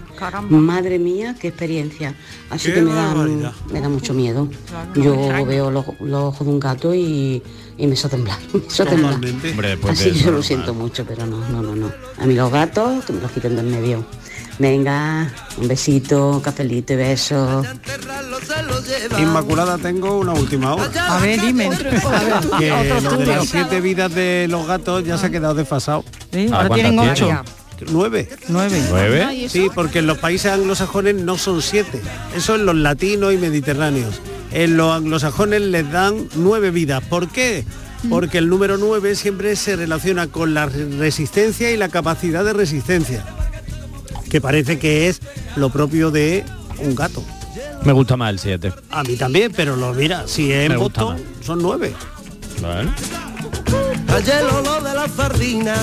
Speaker 18: Madre mía, qué experiencia. Así
Speaker 13: Qué
Speaker 18: que me da,
Speaker 13: barbaridad.
Speaker 18: me da mucho miedo.
Speaker 13: Claro,
Speaker 18: Yo
Speaker 13: no, extraño.
Speaker 18: veo los, los ojos de un gato y, y me hizo temblar. Me hizo temblar.
Speaker 7: Hombre, después de
Speaker 18: Así que
Speaker 7: eso,
Speaker 18: lo siento mucho, pero no, no, no, no. A mí los gatos, que me los quiten del medio. Venga, un besito, cafelito y besos.
Speaker 5: Inmaculada, tengo una última ¿eh? hora.
Speaker 8: A ver, dime. A
Speaker 5: Que
Speaker 8: ver, otro
Speaker 5: lo de
Speaker 8: estudio.
Speaker 5: las siete vidas de los gatos ya se ha quedado desfasado. Ah,
Speaker 8: Sí, ahora ¿cuántas tienen ocho. tienen?
Speaker 5: Nueve.
Speaker 8: Nueve.
Speaker 7: ¿Nueve? Ah, ¿y
Speaker 5: Sí, porque en los países anglosajones no son siete. Eso en los latinos y mediterráneos. En los anglosajones les dan nueve vidas. ¿Por qué? Porque el número nueve siempre se relaciona con la re- resistencia y la capacidad de resistencia, que parece que es lo propio de un gato.
Speaker 7: Me gusta más el 7.
Speaker 5: A mí también, pero lo mira, si es
Speaker 7: Me
Speaker 5: en
Speaker 7: gusta
Speaker 5: Boston son nueve.
Speaker 13: Allá el olor de la sardina.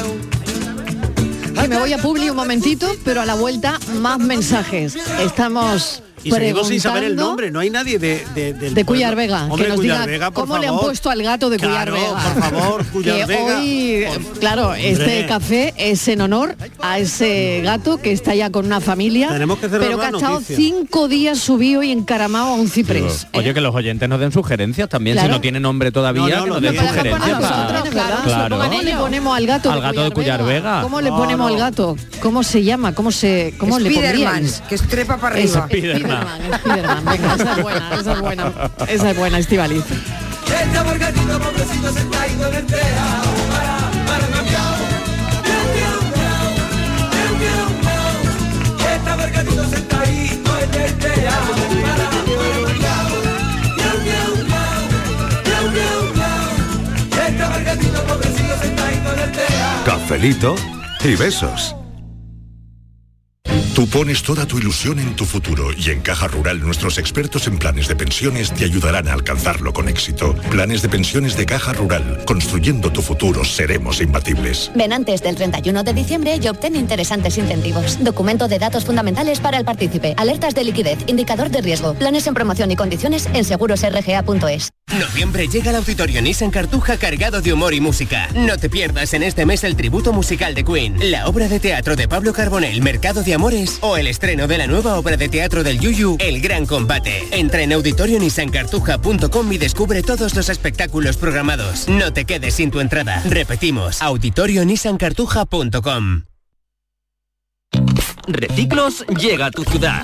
Speaker 6: Y me voy a Publi un momentito, pero a la vuelta más mensajes. Estamos
Speaker 5: Y seguimos sin saber el
Speaker 6: preguntando
Speaker 5: nombre, no hay nadie de, de, del
Speaker 6: de
Speaker 5: pueblo.
Speaker 6: Cuyar Vega,
Speaker 5: Hombre,
Speaker 6: que nos
Speaker 5: Cuyar
Speaker 6: diga
Speaker 5: Vega, por
Speaker 6: cómo le han
Speaker 5: favor.
Speaker 6: puesto al gato de
Speaker 5: Claro,
Speaker 6: Cuyar Vega.
Speaker 5: por favor, Cuyar
Speaker 6: que
Speaker 5: Vega.
Speaker 6: hoy, claro, este café es en honor a ese gato que está ya con una familia,
Speaker 7: Tenemos que cerrar
Speaker 6: pero que
Speaker 7: la
Speaker 6: ha estado
Speaker 7: noticia.
Speaker 6: cinco días subido y encaramado a un ciprés.
Speaker 7: Oye, que los oyentes nos den sugerencias también,
Speaker 6: Claro.
Speaker 7: si no tiene nombre
Speaker 6: No,
Speaker 7: todavía,
Speaker 6: no,
Speaker 7: que
Speaker 6: lo
Speaker 7: nos den
Speaker 6: tienen.
Speaker 7: sugerencias.
Speaker 6: Ah,
Speaker 7: para-
Speaker 6: nosotros, claro, se lo pongan
Speaker 7: claro.
Speaker 6: ellos. ¿Cómo le ponemos al gato?
Speaker 7: Al gato de Cuyar Vega.
Speaker 6: ¿Cómo le ponemos al gato? ¿Cómo se llama? ¿Cómo se cómo le
Speaker 9: Spiderman,
Speaker 6: pondríais?
Speaker 9: que trepa para
Speaker 6: Eso,
Speaker 9: arriba.
Speaker 6: Spiderman. Spiderman, venga, esa es buena, esa es buena. Esa es buena, Estivaliz.
Speaker 13: Este borgatito pobrecito sentadito en el tejado. Para, para cambiar. Miau, miau, miau. Miau, miau, miau. Este borgatito sentadito en el tejado. Para, para cambiar. Miau, miau, miau. Miau, miau, miau. Este borgatito pobrecito sentadito en el tejado.
Speaker 1: Cafelito y besos.
Speaker 19: Tú pones toda tu ilusión en tu futuro y en Caja Rural nuestros expertos en planes de pensiones te ayudarán a alcanzarlo con éxito. Planes de pensiones de Caja Rural, construyendo tu futuro, seremos imbatibles.
Speaker 20: Ven antes del 31 de diciembre y obtén interesantes incentivos. Documento de datos fundamentales para el partícipe. Alertas de liquidez, indicador de riesgo, planes en promoción y condiciones en segurosrga.es.
Speaker 21: Noviembre llega el Auditorio Nissan Cartuja cargado de humor y música. No te pierdas en este mes el tributo musical de Queen, la obra de teatro de Pablo Carbonell, Mercado de Amores, o el estreno de la nueva obra de teatro del Yuyu, El Gran Combate. Entra en auditorionissancartuja.com y descubre todos los espectáculos programados. No te quedes sin tu entrada. Repetimos, auditorionissancartuja.com.
Speaker 22: Reciclos llega a tu ciudad.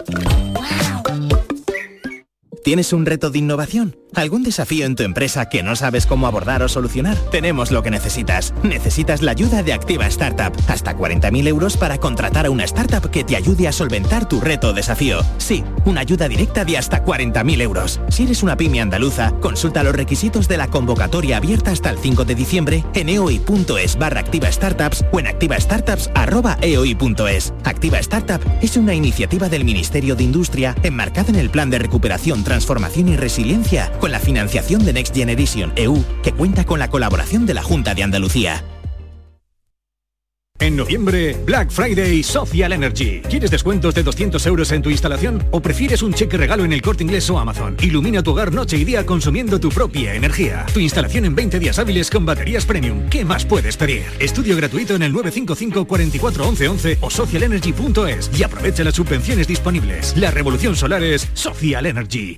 Speaker 23: ¿Tienes un reto de innovación? ¿Algún desafío en tu empresa que no sabes cómo abordar o solucionar? Tenemos lo que necesitas. Necesitas la ayuda de Activa Startup. Hasta 40.000 euros para contratar a una startup que te ayude a solventar tu reto o desafío. Sí, una ayuda directa de hasta 40.000 euros. Si eres una pyme andaluza, consulta los requisitos de la convocatoria abierta hasta el 5 de diciembre en E eoi.es barra Activa Startups o en E activastartups.eoi.es. Activa Startup es una iniciativa del Ministerio de Industria enmarcada en el Plan de Recuperación, Transformación y Resiliencia con la financiación de Next E Generation EU que cuenta con la colaboración de la Junta de Andalucía.
Speaker 2: En noviembre, Black Friday Social Energy. ¿Quieres descuentos de 200 euros en tu instalación? ¿O prefieres un cheque regalo en el corte inglés o Amazon? Ilumina tu hogar noche y día consumiendo tu propia energía. Tu instalación en 20 días hábiles con baterías premium. ¿Qué más puedes pedir? Estudio gratuito en el 955 44 11 11 o socialenergy.es y aprovecha las subvenciones disponibles. La revolución solar es Social Energy.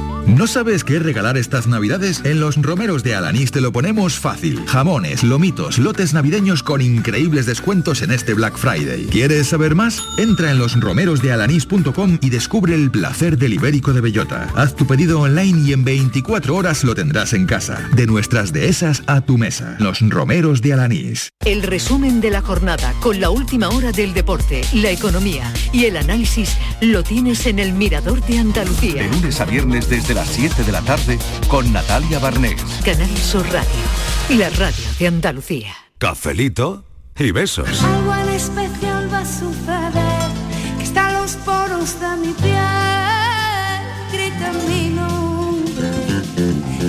Speaker 24: ¿No sabes qué regalar estas navidades? En los romeros de Alanís te lo ponemos fácil. Jamones, lomitos, lotes navideños con increíbles descuentos en este Black Friday. ¿Quieres saber más? Entra en losromerosdealanís.com y descubre el placer del ibérico de bellota. Haz tu pedido online y en 24 horas lo tendrás en casa. De nuestras dehesas a tu mesa. Los romeros de Alanís.
Speaker 25: El resumen de la jornada con la última hora del deporte, la economía y el análisis lo tienes en el Mirador de Andalucía.
Speaker 26: De lunes a viernes desde las 7 de la tarde con Natalia Barnés.
Speaker 25: Canal Sur Radio, la radio de Andalucía.
Speaker 27: Cafelito y besos.
Speaker 13: Algo en especial va a suceder, que está en los poros de mi piel, grita mi nombre.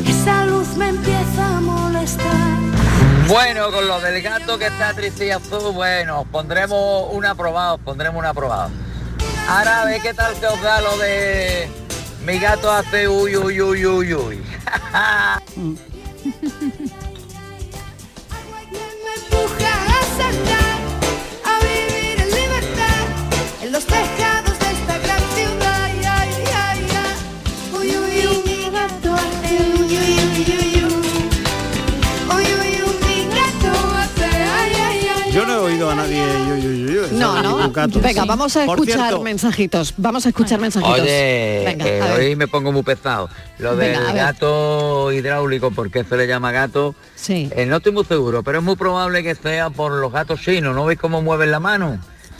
Speaker 13: Esa luz me empieza a molestar.
Speaker 15: Bueno, con lo del gato que está triste y azul, bueno, os pondremos un aprobado, os pondremos un aprobado. Ahora ve qué tal se os da lo de mi gato hace uy uy uy uy uy.
Speaker 13: a vivir en libertad en los tejados de esta gran ciudad. Ay, ay, ay, ay. Uy, uy, uy, mi gato hace uy, uy, uy, uy, uy. Uy, uy, uy, mi gato hace ay, ay, ay.
Speaker 5: Yo no he oído a nadie. yo, yo, yo, yo,
Speaker 6: No,
Speaker 5: salvo
Speaker 6: no.
Speaker 5: ningún gato.
Speaker 6: Venga,
Speaker 5: Sí.
Speaker 6: vamos a
Speaker 5: Por
Speaker 6: escuchar
Speaker 5: cierto,
Speaker 6: mensajitos. Vamos a escuchar mensajitos.
Speaker 15: Oye,
Speaker 6: Venga,
Speaker 15: que
Speaker 6: a ver.
Speaker 15: hoy me pongo muy pesado. Lo
Speaker 6: Venga, a
Speaker 15: del
Speaker 6: ver.
Speaker 15: gato hidráulico, porque se le llama gato,
Speaker 6: Sí.
Speaker 15: eh, no estoy muy seguro, pero es muy probable que sea por los gatos chinos. ¿No veis cómo mueven la mano?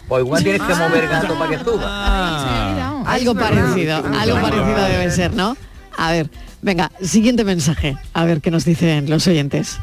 Speaker 15: Pues igual tienes que mover gato para que suba.
Speaker 6: Ah. Algo parecido, algo parecido debe ser, ¿no? A ver, venga, siguiente mensaje. A ver qué nos dicen los oyentes.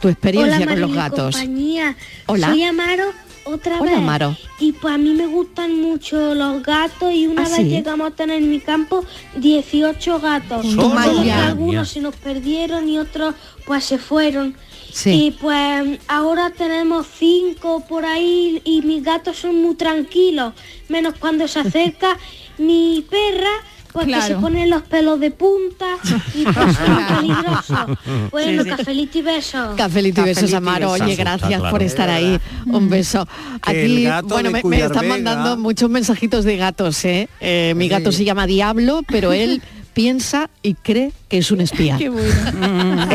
Speaker 6: Tu experiencia
Speaker 28: Hola,
Speaker 6: con los
Speaker 28: Mariló y
Speaker 6: gatos.
Speaker 28: compañía.
Speaker 6: Hola.
Speaker 28: Soy Amaro otra
Speaker 6: Hola,
Speaker 28: vez.
Speaker 6: Amaro.
Speaker 28: Y pues a mí me gustan mucho los gatos y una
Speaker 6: ¿Ah,
Speaker 28: vez
Speaker 6: sí?
Speaker 28: llegamos a tener en mi campo 18 gatos.
Speaker 6: Solo.
Speaker 28: Solo que
Speaker 6: Madre mía.
Speaker 28: algunos se nos perdieron y otros pues se fueron.
Speaker 6: Sí.
Speaker 28: Y pues ahora tenemos cinco por ahí y mis gatos son muy tranquilos, menos cuando se acerca mi perra, porque se
Speaker 29: Claro.
Speaker 28: ponen los pelos de punta y pues son peligrosos. Bueno,
Speaker 6: Sí, sí.
Speaker 28: cafelito y besos.
Speaker 6: Cafelito y besos, Amaro. Oye,
Speaker 28: Asusta,
Speaker 6: gracias
Speaker 28: claro. Mm.
Speaker 6: por estar ahí. Un beso.
Speaker 28: Que
Speaker 6: Aquí,
Speaker 28: el gato
Speaker 6: bueno,
Speaker 28: de
Speaker 6: me, me
Speaker 28: Cuyar
Speaker 6: están
Speaker 28: Vega-
Speaker 6: mandando muchos mensajitos de gatos, ¿eh? Eh, mi gato
Speaker 5: Sí.
Speaker 6: se llama Diablo, pero él piensa y cree que es un espía.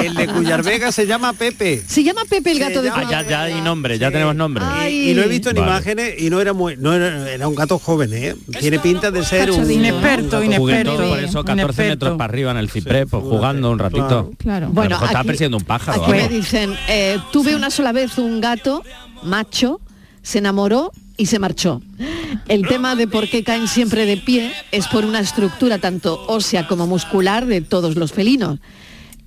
Speaker 5: El de Cuyar Vega se llama Pepe.
Speaker 6: Se llama Pepe el gato de
Speaker 7: Ah, ya, ya hay nombre, ya tenemos nombre.
Speaker 5: Y lo he visto en
Speaker 7: Vale.
Speaker 5: imágenes y no era muy, no era, era un gato joven, ¿eh? Tiene pinta de ser un
Speaker 7: Juguetón,
Speaker 5: un gato juguetón,
Speaker 7: por eso 14 metros para arriba en el ciprés, pues jugando un ratito.
Speaker 6: Claro.
Speaker 7: Bueno,
Speaker 6: Bueno,
Speaker 7: está
Speaker 6: aquí-
Speaker 7: persiguiendo un pájaro.
Speaker 6: Aquí me
Speaker 7: vamos.
Speaker 6: dicen, eh, tuve una sola vez un gato macho, se enamoró y se marchó. El tema de por qué caen siempre de pie es por una estructura tanto ósea como muscular de todos los felinos.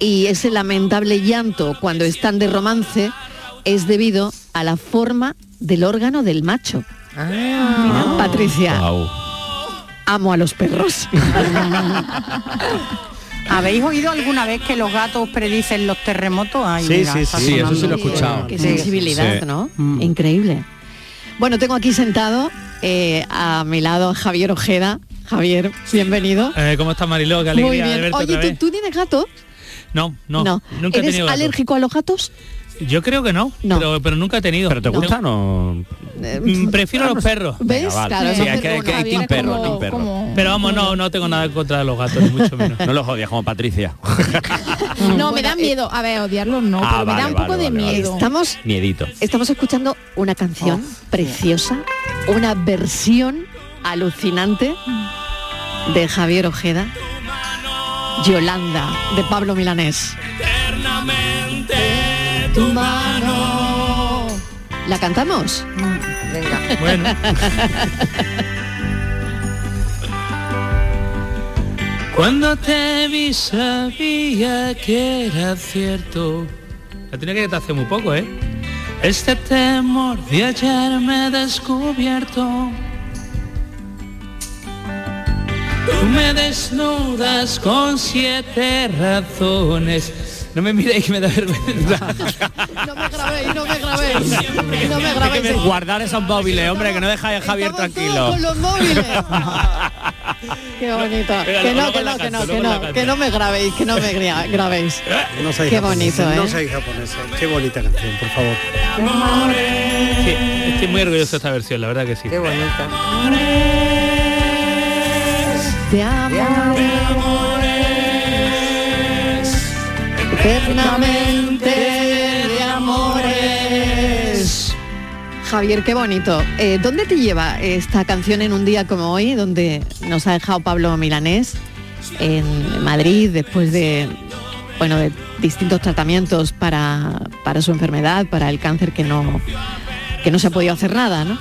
Speaker 6: Y ese lamentable llanto cuando están de romance es debido a la forma del órgano del macho. Mira,
Speaker 13: Ah.
Speaker 6: Patricia,
Speaker 7: Guau.
Speaker 6: amo a los perros.
Speaker 8: ¿Habéis oído alguna vez que los gatos predicen los terremotos? Ay, mira, está
Speaker 7: Sí, eso sí
Speaker 8: sonando.
Speaker 7: lo he escuchado.
Speaker 6: Qué sensibilidad,
Speaker 7: Sí.
Speaker 6: ¿no? Increíble. Bueno, tengo aquí sentado eh, a mi lado a Javier Ojeda. Javier, bienvenido.
Speaker 3: Eh, ¿Cómo estás, Mariló? Qué
Speaker 6: Muy
Speaker 3: alegría
Speaker 6: bien.
Speaker 3: de verte
Speaker 6: Oye,
Speaker 3: otra
Speaker 6: ¿tú,
Speaker 3: vez.
Speaker 6: tú tienes gato?
Speaker 3: No, no, nunca he
Speaker 6: ¿Eres
Speaker 3: tenido gato.
Speaker 6: alérgico a los gatos?
Speaker 3: Yo creo que no, Pero, pero nunca he tenido. ¿Pero
Speaker 7: te gustan o...?
Speaker 3: Prefiero los perros.
Speaker 7: ¿Ves? Venga, vale. Claro, Sí, es que-
Speaker 3: hay
Speaker 7: es que hay team perro, team perro.
Speaker 3: Pero vamos, no, no tengo nada en contra de los gatos, ni mucho menos.
Speaker 7: No los odias como Patricia.
Speaker 9: No,
Speaker 6: eh,
Speaker 9: me da miedo. A ver, odiarlos no,
Speaker 7: Ah,
Speaker 9: pero me da
Speaker 7: vale,
Speaker 9: un poco
Speaker 7: vale,
Speaker 9: de
Speaker 7: vale, vale.
Speaker 9: miedo.
Speaker 6: Estamos,
Speaker 7: Miedito.
Speaker 6: estamos escuchando una canción
Speaker 5: Oh,
Speaker 6: preciosa, una versión alucinante de Javier Ojeda, Yolanda, de Pablo Milanés.
Speaker 3: tu mano.
Speaker 6: ¿La cantamos?
Speaker 3: Venga. Bueno. Cuando te vi sabía que era cierto. La tenía que te hace muy poco, ¿eh? Este temor de ayer me he descubierto. Tú me desnudas con siete razones. No me miréis que me da vergüenza.
Speaker 6: No me grabéis, no me
Speaker 7: Hay que
Speaker 6: grabéis.
Speaker 7: guardar esos móviles, hombre, que no dejáis a Javier tranquilo.
Speaker 6: Con los móviles. Qué bonito.
Speaker 7: Venga,
Speaker 6: que no,
Speaker 7: luego
Speaker 6: que
Speaker 7: con la
Speaker 6: no, que no,
Speaker 7: canción,
Speaker 6: que
Speaker 7: luego con la
Speaker 6: no,
Speaker 7: canción. Eh.
Speaker 6: que no me grabéis, que no me gra- grabéis.
Speaker 5: No sois
Speaker 6: Qué
Speaker 5: japoneses,
Speaker 6: bonito, ¿eh?
Speaker 5: No sois japoneses. Qué bonita canción, por favor.
Speaker 3: Sí, estoy muy orgulloso de esta versión, la verdad que sí. Qué bonita.
Speaker 6: Te amo. Eternamente de amores. Pues, Javier, qué bonito. Eh, ¿Dónde te lleva esta canción en un día como hoy, donde nos ha dejado Pablo Milanés en Madrid después de bueno de distintos tratamientos para, para su enfermedad, para el cáncer que no que no se ha podido hacer nada, ¿no?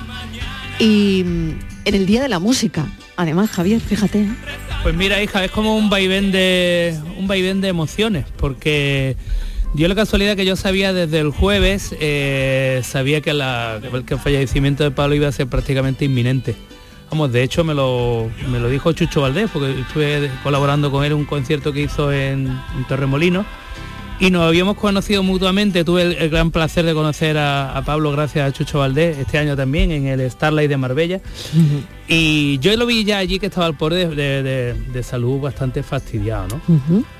Speaker 6: Y mm, en el día de la música, además, Javier, fíjate. ¿eh?
Speaker 3: Pues mira, hija, es como un vaivén de un vaivén de emociones, porque dio la casualidad que yo sabía desde el jueves, eh, sabía que, la- que el fallecimiento de Pablo iba a ser prácticamente inminente. Vamos, de hecho me lo, me lo dijo Chucho Valdés, porque estuve colaborando con él en un concierto que hizo en, en Torremolino. Y nos habíamos conocido mutuamente, tuve el, el gran placer de conocer a, a Pablo gracias a Chucho Valdés este año también en el Starlight de Marbella. Y yo lo vi ya allí que estaba al pobre de, de- de- de salud bastante fastidiado, ¿no?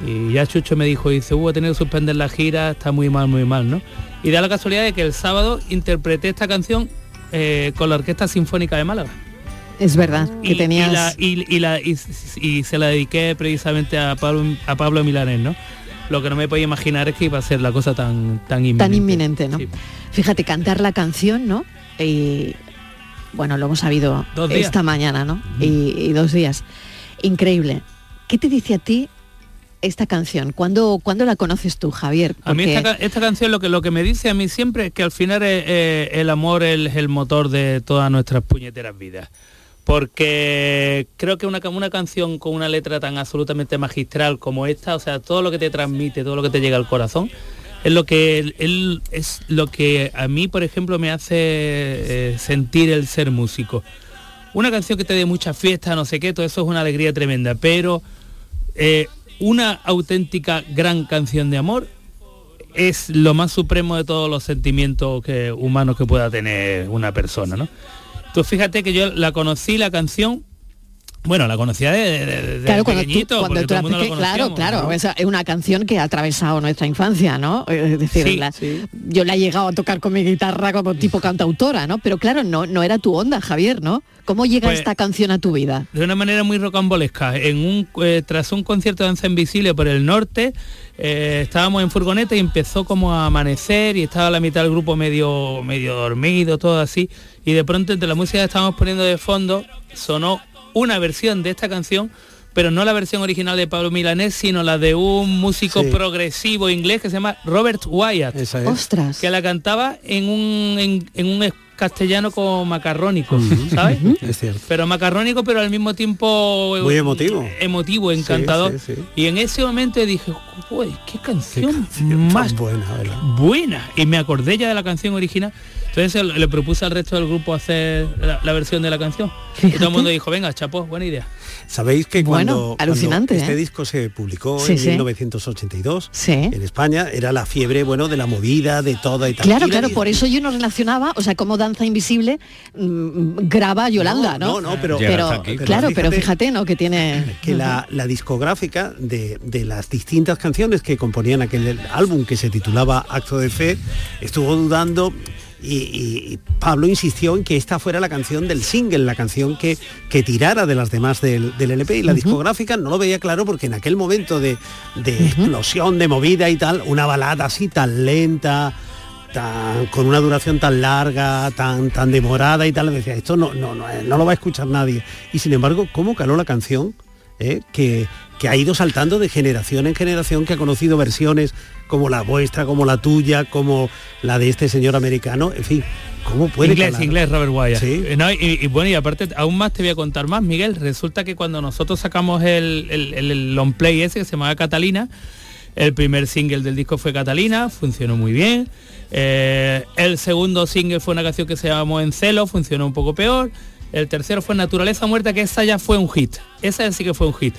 Speaker 3: Y ya Chucho me dijo, dice, hubo tenido que suspender la gira, está muy mal, muy mal, ¿no? Y da la casualidad de que el sábado interpreté esta canción eh, con la Orquesta Sinfónica de Málaga.
Speaker 6: Es verdad que
Speaker 3: Y-
Speaker 6: tenías.
Speaker 3: y, la- y- y la- y- y se la dediqué precisamente a Pablo, a Pablo Milanés, ¿no? Lo que no me podía imaginar es que iba a ser la cosa tan, tan inminente.
Speaker 6: tan inminente, ¿no? Fíjate, cantar la canción, ¿no? Y bueno, lo hemos sabido
Speaker 3: Dos días.
Speaker 6: esta mañana, ¿no? Y, y dos días. Increíble. ¿Qué te dice a ti esta canción? ¿Cuándo, cuándo la conoces tú, Javier?
Speaker 3: A mí
Speaker 6: Porque-
Speaker 3: esta, ca- esta canción lo que, lo que me dice a mí siempre es que al final es, eh, el amor es el motor de todas nuestras puñeteras vidas. Porque creo que una, ca- una canción con una letra tan absolutamente magistral como esta, o sea, todo lo que te transmite, todo lo que te llega al corazón, es lo que, el- el- es lo que a mí, por ejemplo, me hace eh, sentir el ser músico. Una canción que te dé mucha fiesta, no sé qué, todo eso es una alegría tremenda, pero eh, una auténtica gran canción de amor es lo más supremo de todos los sentimientos que- humanos que pueda tener una persona, ¿no? Tú fíjate que yo la conocí, la canción, bueno, la conocía de, de- de- de
Speaker 6: Claro, cuando tú,
Speaker 3: pequeñito,
Speaker 6: cuando
Speaker 3: porque
Speaker 6: tú
Speaker 3: todo
Speaker 6: la
Speaker 3: el mundo lo
Speaker 6: peque- claro,
Speaker 3: conocíamos,
Speaker 6: claro,
Speaker 3: ¿no?
Speaker 6: esa es una canción que ha atravesado nuestra infancia, ¿no? Eh, Es decir,
Speaker 3: Sí,
Speaker 6: la-
Speaker 3: sí.
Speaker 6: yo la he llegado a tocar con mi guitarra como tipo cantautora, ¿no? Pero claro, no, no era tu onda, Javier, ¿no? ¿Cómo llega
Speaker 3: Pues-
Speaker 6: esta canción a tu vida?
Speaker 3: de una manera muy rocambolesca. En un, eh, tras un concierto de danza invisible por el norte, eh, estábamos en furgoneta y empezó como a amanecer y estaba la mitad del grupo medio, medio dormido, todo así. Y de pronto entre la música que estábamos poniendo de fondo sonó una versión de esta canción, pero no la versión original de Pablo Milanés, sino la de un músico
Speaker 5: Sí.
Speaker 3: progresivo inglés que se llama Robert Wyatt.
Speaker 6: Ostras.
Speaker 3: Que la cantaba en un, en, en un castellano como macarrónico, ¿sabes?
Speaker 5: Es cierto.
Speaker 3: pero macarrónico pero al mismo tiempo eh,
Speaker 5: Muy emotivo.
Speaker 3: emotivo encantador
Speaker 5: sí, sí.
Speaker 3: y en ese momento dije "Uy, qué canción más buena, y me acordé ya de la canción original entonces Entonces le le propuse al resto del grupo hacer la, la versión de la canción. Y todo el mundo dijo, venga, chapó, buena idea.
Speaker 5: Sabéis que
Speaker 3: Bueno,
Speaker 5: cuando, cuando
Speaker 3: alucinante,
Speaker 5: este
Speaker 3: ¿eh?
Speaker 5: disco se publicó
Speaker 6: Sí,
Speaker 5: en
Speaker 6: sí.
Speaker 5: 1982 en España, era la fiebre, bueno, de la movida, de toda y tal.
Speaker 6: Claro,
Speaker 5: Y
Speaker 6: claro,
Speaker 5: la-
Speaker 6: por eso yo no relacionaba, o sea, como Danza Invisible mm, graba Yolanda, ¿no?
Speaker 5: no, no, pero- Llega
Speaker 6: pero
Speaker 5: hasta aquí.
Speaker 6: claro, pero
Speaker 5: Fíjate-
Speaker 6: fíjate, ¿no? Que tiene
Speaker 5: que la, la discográfica de, de las distintas canciones que componían aquel álbum que se titulaba Acto de Fe estuvo dudando y, y- y Pablo insistió en que esta fuera la canción del single, la canción que, que tirara de las demás del, del LP y la discográfica no lo veía claro porque en aquel momento de, de explosión, de movida y tal, una balada así tan lenta, tan- con una duración tan larga, tan, tan demorada y tal, decía, esto no, no, no, no lo va a escuchar nadie. Y sin embargo, ¿cómo caló la canción? eh? Que, que ha ido saltando de generación en generación, que ha conocido versiones como la vuestra, como la tuya, como la de este señor americano, en fin, ¿cómo puede
Speaker 3: inglés,
Speaker 5: calar?
Speaker 3: inglés, Robert Wyatt.
Speaker 5: Sí.
Speaker 3: Eh, no, y, y bueno, y aparte, aún más te voy a contar más, Miguel. Resulta que cuando nosotros sacamos el, el- el- el long play ese que se llamaba Catalina, el primer single del disco fue Catalina, funcionó muy bien. Eh, el segundo single fue una canción que se llamó En Celo, funcionó un poco peor. El tercero fue Naturaleza Muerta, que esa ya fue un hit. Esa sí que fue un hit.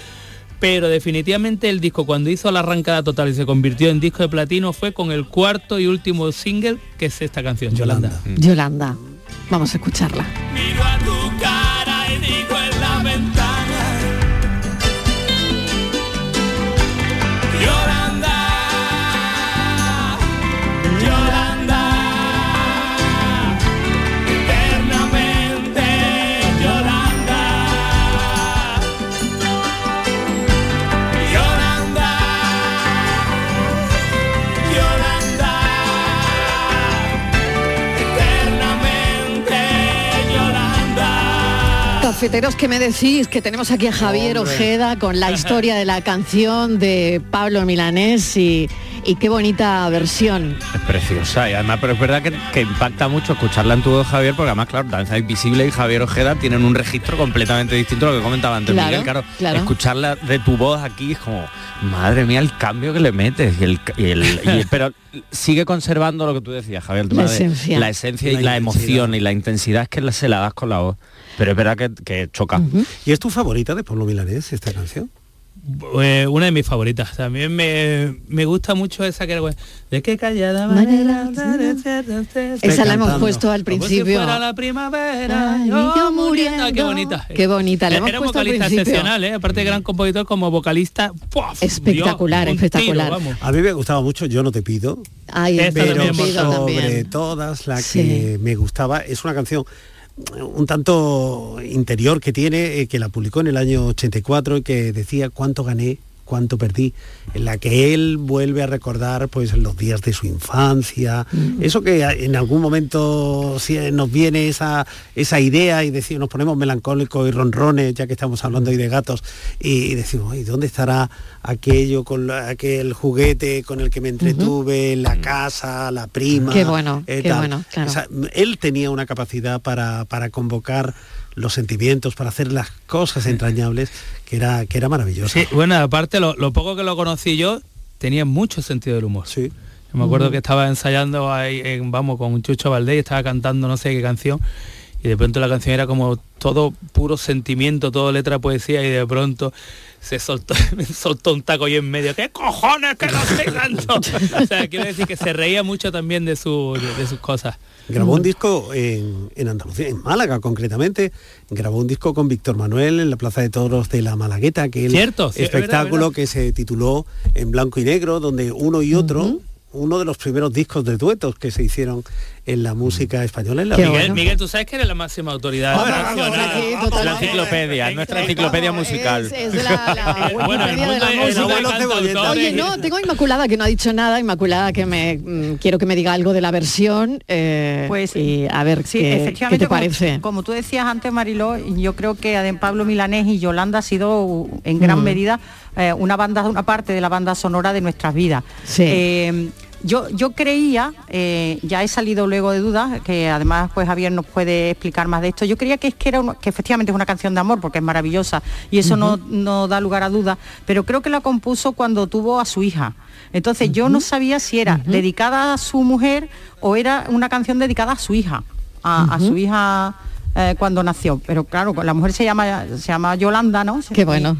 Speaker 3: Pero definitivamente el disco cuando hizo la arrancada total y se convirtió en disco de platino fue con el cuarto y último single que es esta canción, Yolanda.
Speaker 6: Yolanda. Vamos a escucharla.
Speaker 11: Miro a tu cara y digo en la ventana Yolanda, Yolanda Eternamente Yolanda Yolanda, Yolanda Eternamente Yolanda
Speaker 6: Cafeteros, ¿qué me decís? Que tenemos aquí a Javier Ojeda con la historia de la canción de Pablo Milanés y, y qué bonita versión.
Speaker 7: Es preciosa y además, pero es verdad que, que impacta mucho escucharla en tu voz, Javier, porque además, claro, Danza Invisible y Javier Ojeda tienen un registro completamente distinto a lo que comentaba antes
Speaker 6: Claro,
Speaker 7: Miguel, claro,
Speaker 6: claro.
Speaker 7: Escucharla de tu voz aquí es como, madre mía, el cambio que le metes. Y el, y el- y el- pero sigue conservando lo que tú decías, Javier, tu
Speaker 6: La
Speaker 7: madre,
Speaker 6: esencia.
Speaker 7: la esencia y
Speaker 5: La
Speaker 7: la, emoción y la intensidad es que la- se la das con la voz. Pero es verdad que, que choca.
Speaker 5: ¿Y es tu favorita de Pablo Milanés esta canción?
Speaker 3: Eh, una de mis favoritas. También me, me gusta mucho esa que era bueno, de qué callada manera.
Speaker 6: Esa la hemos puesto al principio.
Speaker 3: Como si fuera la primavera.
Speaker 6: Ay,
Speaker 3: yo
Speaker 6: yo
Speaker 3: muriendo.
Speaker 6: muriendo.
Speaker 3: Qué bonita. Eh,
Speaker 6: Qué bonita, la hemos
Speaker 3: Era un
Speaker 6: puesto al
Speaker 3: vocalista
Speaker 6: principio.
Speaker 3: excepcional, ¿eh? aparte de gran compositor como vocalista. ¡pua!
Speaker 6: Espectacular,
Speaker 3: Dio un
Speaker 6: espectacular.
Speaker 3: tiro, vamos.
Speaker 5: A mí me gustaba mucho Yo no te pido,
Speaker 6: Ay,
Speaker 3: Esta
Speaker 5: pero
Speaker 3: también
Speaker 5: sobre
Speaker 3: hemos tocado. también.
Speaker 5: todas la
Speaker 6: Sí.
Speaker 5: que me gustaba es una canción eh, un tanto interior que tiene eh, que la publicó en el año 84 y que decía cuánto gané cuánto perdí en la que él vuelve a recordar pues los días de su infancia
Speaker 6: Mm.
Speaker 5: eso que a- en algún momento si eh, nos viene esa esa idea y decir nos ponemos melancólicos y ronrones ya que estamos hablando hoy de gatos y, y decimos ¿y dónde estará aquello con la- aquel juguete con el que me entretuve la casa la prima
Speaker 6: Qué bueno,
Speaker 5: eh,
Speaker 6: qué
Speaker 5: tal.
Speaker 6: bueno, claro.
Speaker 5: O sea, m- él tenía una capacidad para, para convocar los sentimientos, para hacer las cosas entrañables, que era, que era maravilloso.
Speaker 3: Sí, bueno, aparte lo, lo poco que lo conocí yo, tenía mucho sentido del humor.
Speaker 5: Sí.
Speaker 3: me acuerdo
Speaker 5: Mm.
Speaker 3: que estaba ensayando ahí, en, vamos, con Chucho Valdés y estaba cantando no sé qué canción. Y de pronto la canción era como todo puro sentimiento, todo letra poesía y de pronto se soltó, me soltó un taco y en medio, ¿qué cojones que no estoy canto? o sea, quiero decir que se reía mucho también de, su, de, de sus cosas.
Speaker 5: Grabó un disco en, en Andalucía, en Málaga concretamente. Grabó un disco con Víctor Manuel en la Plaza de Toros de la Malagueta, aquel
Speaker 3: Cierto, sí, es verdad,
Speaker 5: espectáculo que se tituló En Blanco y Negro, donde uno y otro, uno de los primeros discos de duetos que se hicieron en la música española. En la
Speaker 3: Miguel, Miguel, tú sabes que eres la máxima
Speaker 6: Ah,
Speaker 3: autoridad nacional.
Speaker 7: La enciclopedia, nuestra enciclopedia musical.
Speaker 3: bueno, el mundo de- el mundo de cantautores.
Speaker 6: Oye, no, tengo a Inmaculada que no ha dicho nada, Inmaculada que me mm, quiero que me diga algo de la versión eh,
Speaker 8: Pues,
Speaker 6: y a ver
Speaker 8: Sí,
Speaker 6: qué, qué
Speaker 8: efectivamente,
Speaker 6: te
Speaker 8: como-
Speaker 6: parece.
Speaker 8: Como, tú decías antes, Mariló, yo creo que Adem Pablo Milanés y Yolanda ha sido en gran
Speaker 6: Mm.
Speaker 8: medida eh, una banda, una parte de la banda sonora de nuestras vidas. Eh, Yo, yo creía, eh, ya he salido luego de dudas, que además pues Javier nos puede explicar más de esto, yo creía que es que era un- que efectivamente es una canción de amor porque es maravillosa y eso no-
Speaker 13: Ujú.
Speaker 8: no, da lugar a dudas, pero creo que la compuso cuando tuvo a su hija. Entonces yo no sabía si era dedicada a su mujer o era una canción dedicada a su hija, a, a su hija eh, cuando nació. Pero claro, la mujer se llama, se llama Yolanda, ¿no?
Speaker 6: Qué bueno.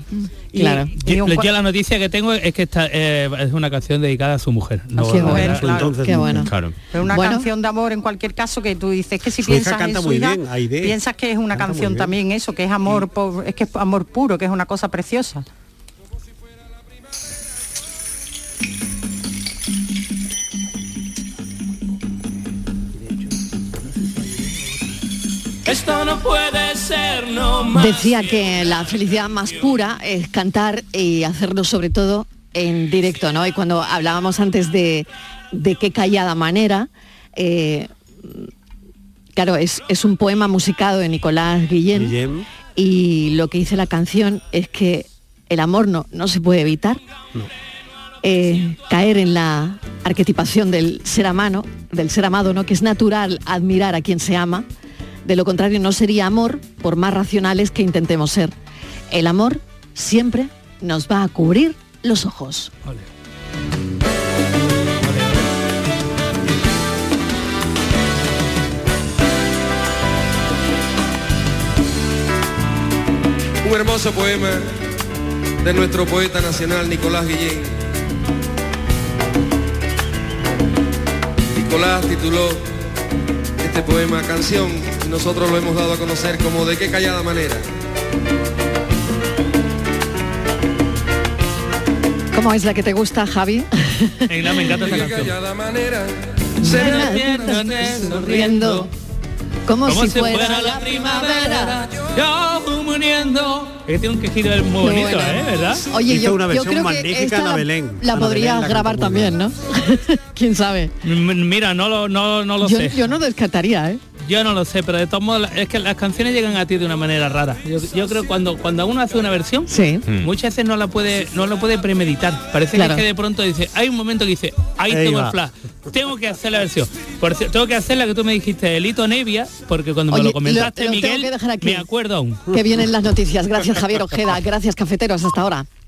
Speaker 8: Y-
Speaker 3: Claro.
Speaker 8: y
Speaker 3: Yo,
Speaker 8: un cua-
Speaker 3: yo la noticia que tengo es que esta, eh, es una canción dedicada a su mujer.
Speaker 6: qué bueno,
Speaker 3: a-
Speaker 6: claro, Entonces, qué bueno.
Speaker 3: Claro.
Speaker 8: Pero una
Speaker 6: Bueno.
Speaker 8: canción de amor en cualquier caso que tú dices que si
Speaker 3: Su hija
Speaker 8: piensas
Speaker 3: canta
Speaker 8: en su
Speaker 3: muy
Speaker 8: hija,
Speaker 3: bien, Aide.
Speaker 8: piensas que es una
Speaker 3: Canta muy
Speaker 8: canción
Speaker 3: bien. Mm.
Speaker 8: también eso, que es amor, po- es que es amor puro, que es una cosa preciosa.
Speaker 11: Esto no puede ser, no más.
Speaker 6: Decía que la felicidad más pura es cantar y hacerlo sobre todo en directo, ¿no? Y cuando hablábamos antes de, de qué callada manera, eh, claro, es, es un poema musicado de Nicolás Guillén, y lo que dice la canción es que el amor no, no se puede evitar, eh, caer en la arquetipación del ser amado, del ser amado, ¿no? Que es natural admirar a quien se ama. De lo contrario no sería amor, por más racionales que intentemos ser. El amor siempre nos va a cubrir los ojos.
Speaker 10: Un hermoso poema de nuestro poeta nacional Nicolás Guillén. Nicolás tituló este poema Canción y nosotros lo hemos dado a conocer como De qué callada manera.
Speaker 6: ¿Cómo es la que te gusta, Javi?
Speaker 3: Venga, me encanta esta
Speaker 10: De qué
Speaker 3: canción.
Speaker 10: callada manera
Speaker 6: Se me
Speaker 10: despiertan
Speaker 6: sonriendo. Como,
Speaker 3: Como
Speaker 6: si,
Speaker 3: si
Speaker 6: fuera,
Speaker 3: fuera
Speaker 6: la primavera.
Speaker 3: Yo muriendo. Es que tiene un quejido muy bonito, ¿eh? ¿Verdad?
Speaker 6: Oye, yo, yo creo que esta la, la podrías grabar también, ¿no? ¿Quién sabe?
Speaker 3: M- Mira, no lo, no, no lo
Speaker 6: yo,
Speaker 3: sé.
Speaker 6: yo no descartaría, ¿eh?
Speaker 3: Yo no lo sé, pero de todos modos la- es que las canciones llegan a ti de una manera rara. Yo, yo creo que cuando cuando uno hace una versión,
Speaker 6: Mm.
Speaker 3: muchas veces no la puede no lo puede premeditar. Parece
Speaker 6: Claro.
Speaker 3: que es que de pronto dice, hay un momento que dice, ahí
Speaker 6: Ahí
Speaker 3: tengo
Speaker 6: va.
Speaker 3: el flash, tengo que hacer la versión. Por cierto, tengo que hacer la que tú me dijiste, Elito Nevia, porque cuando
Speaker 6: Oye,
Speaker 3: me
Speaker 6: lo-
Speaker 3: lo comentaste,
Speaker 6: lo tengo
Speaker 3: Miguel,
Speaker 6: que dejar aquí.
Speaker 3: me acuerdo aún.
Speaker 6: Que vienen las noticias. Gracias, Javier Ojeda. Gracias, cafeteros. Hasta ahora.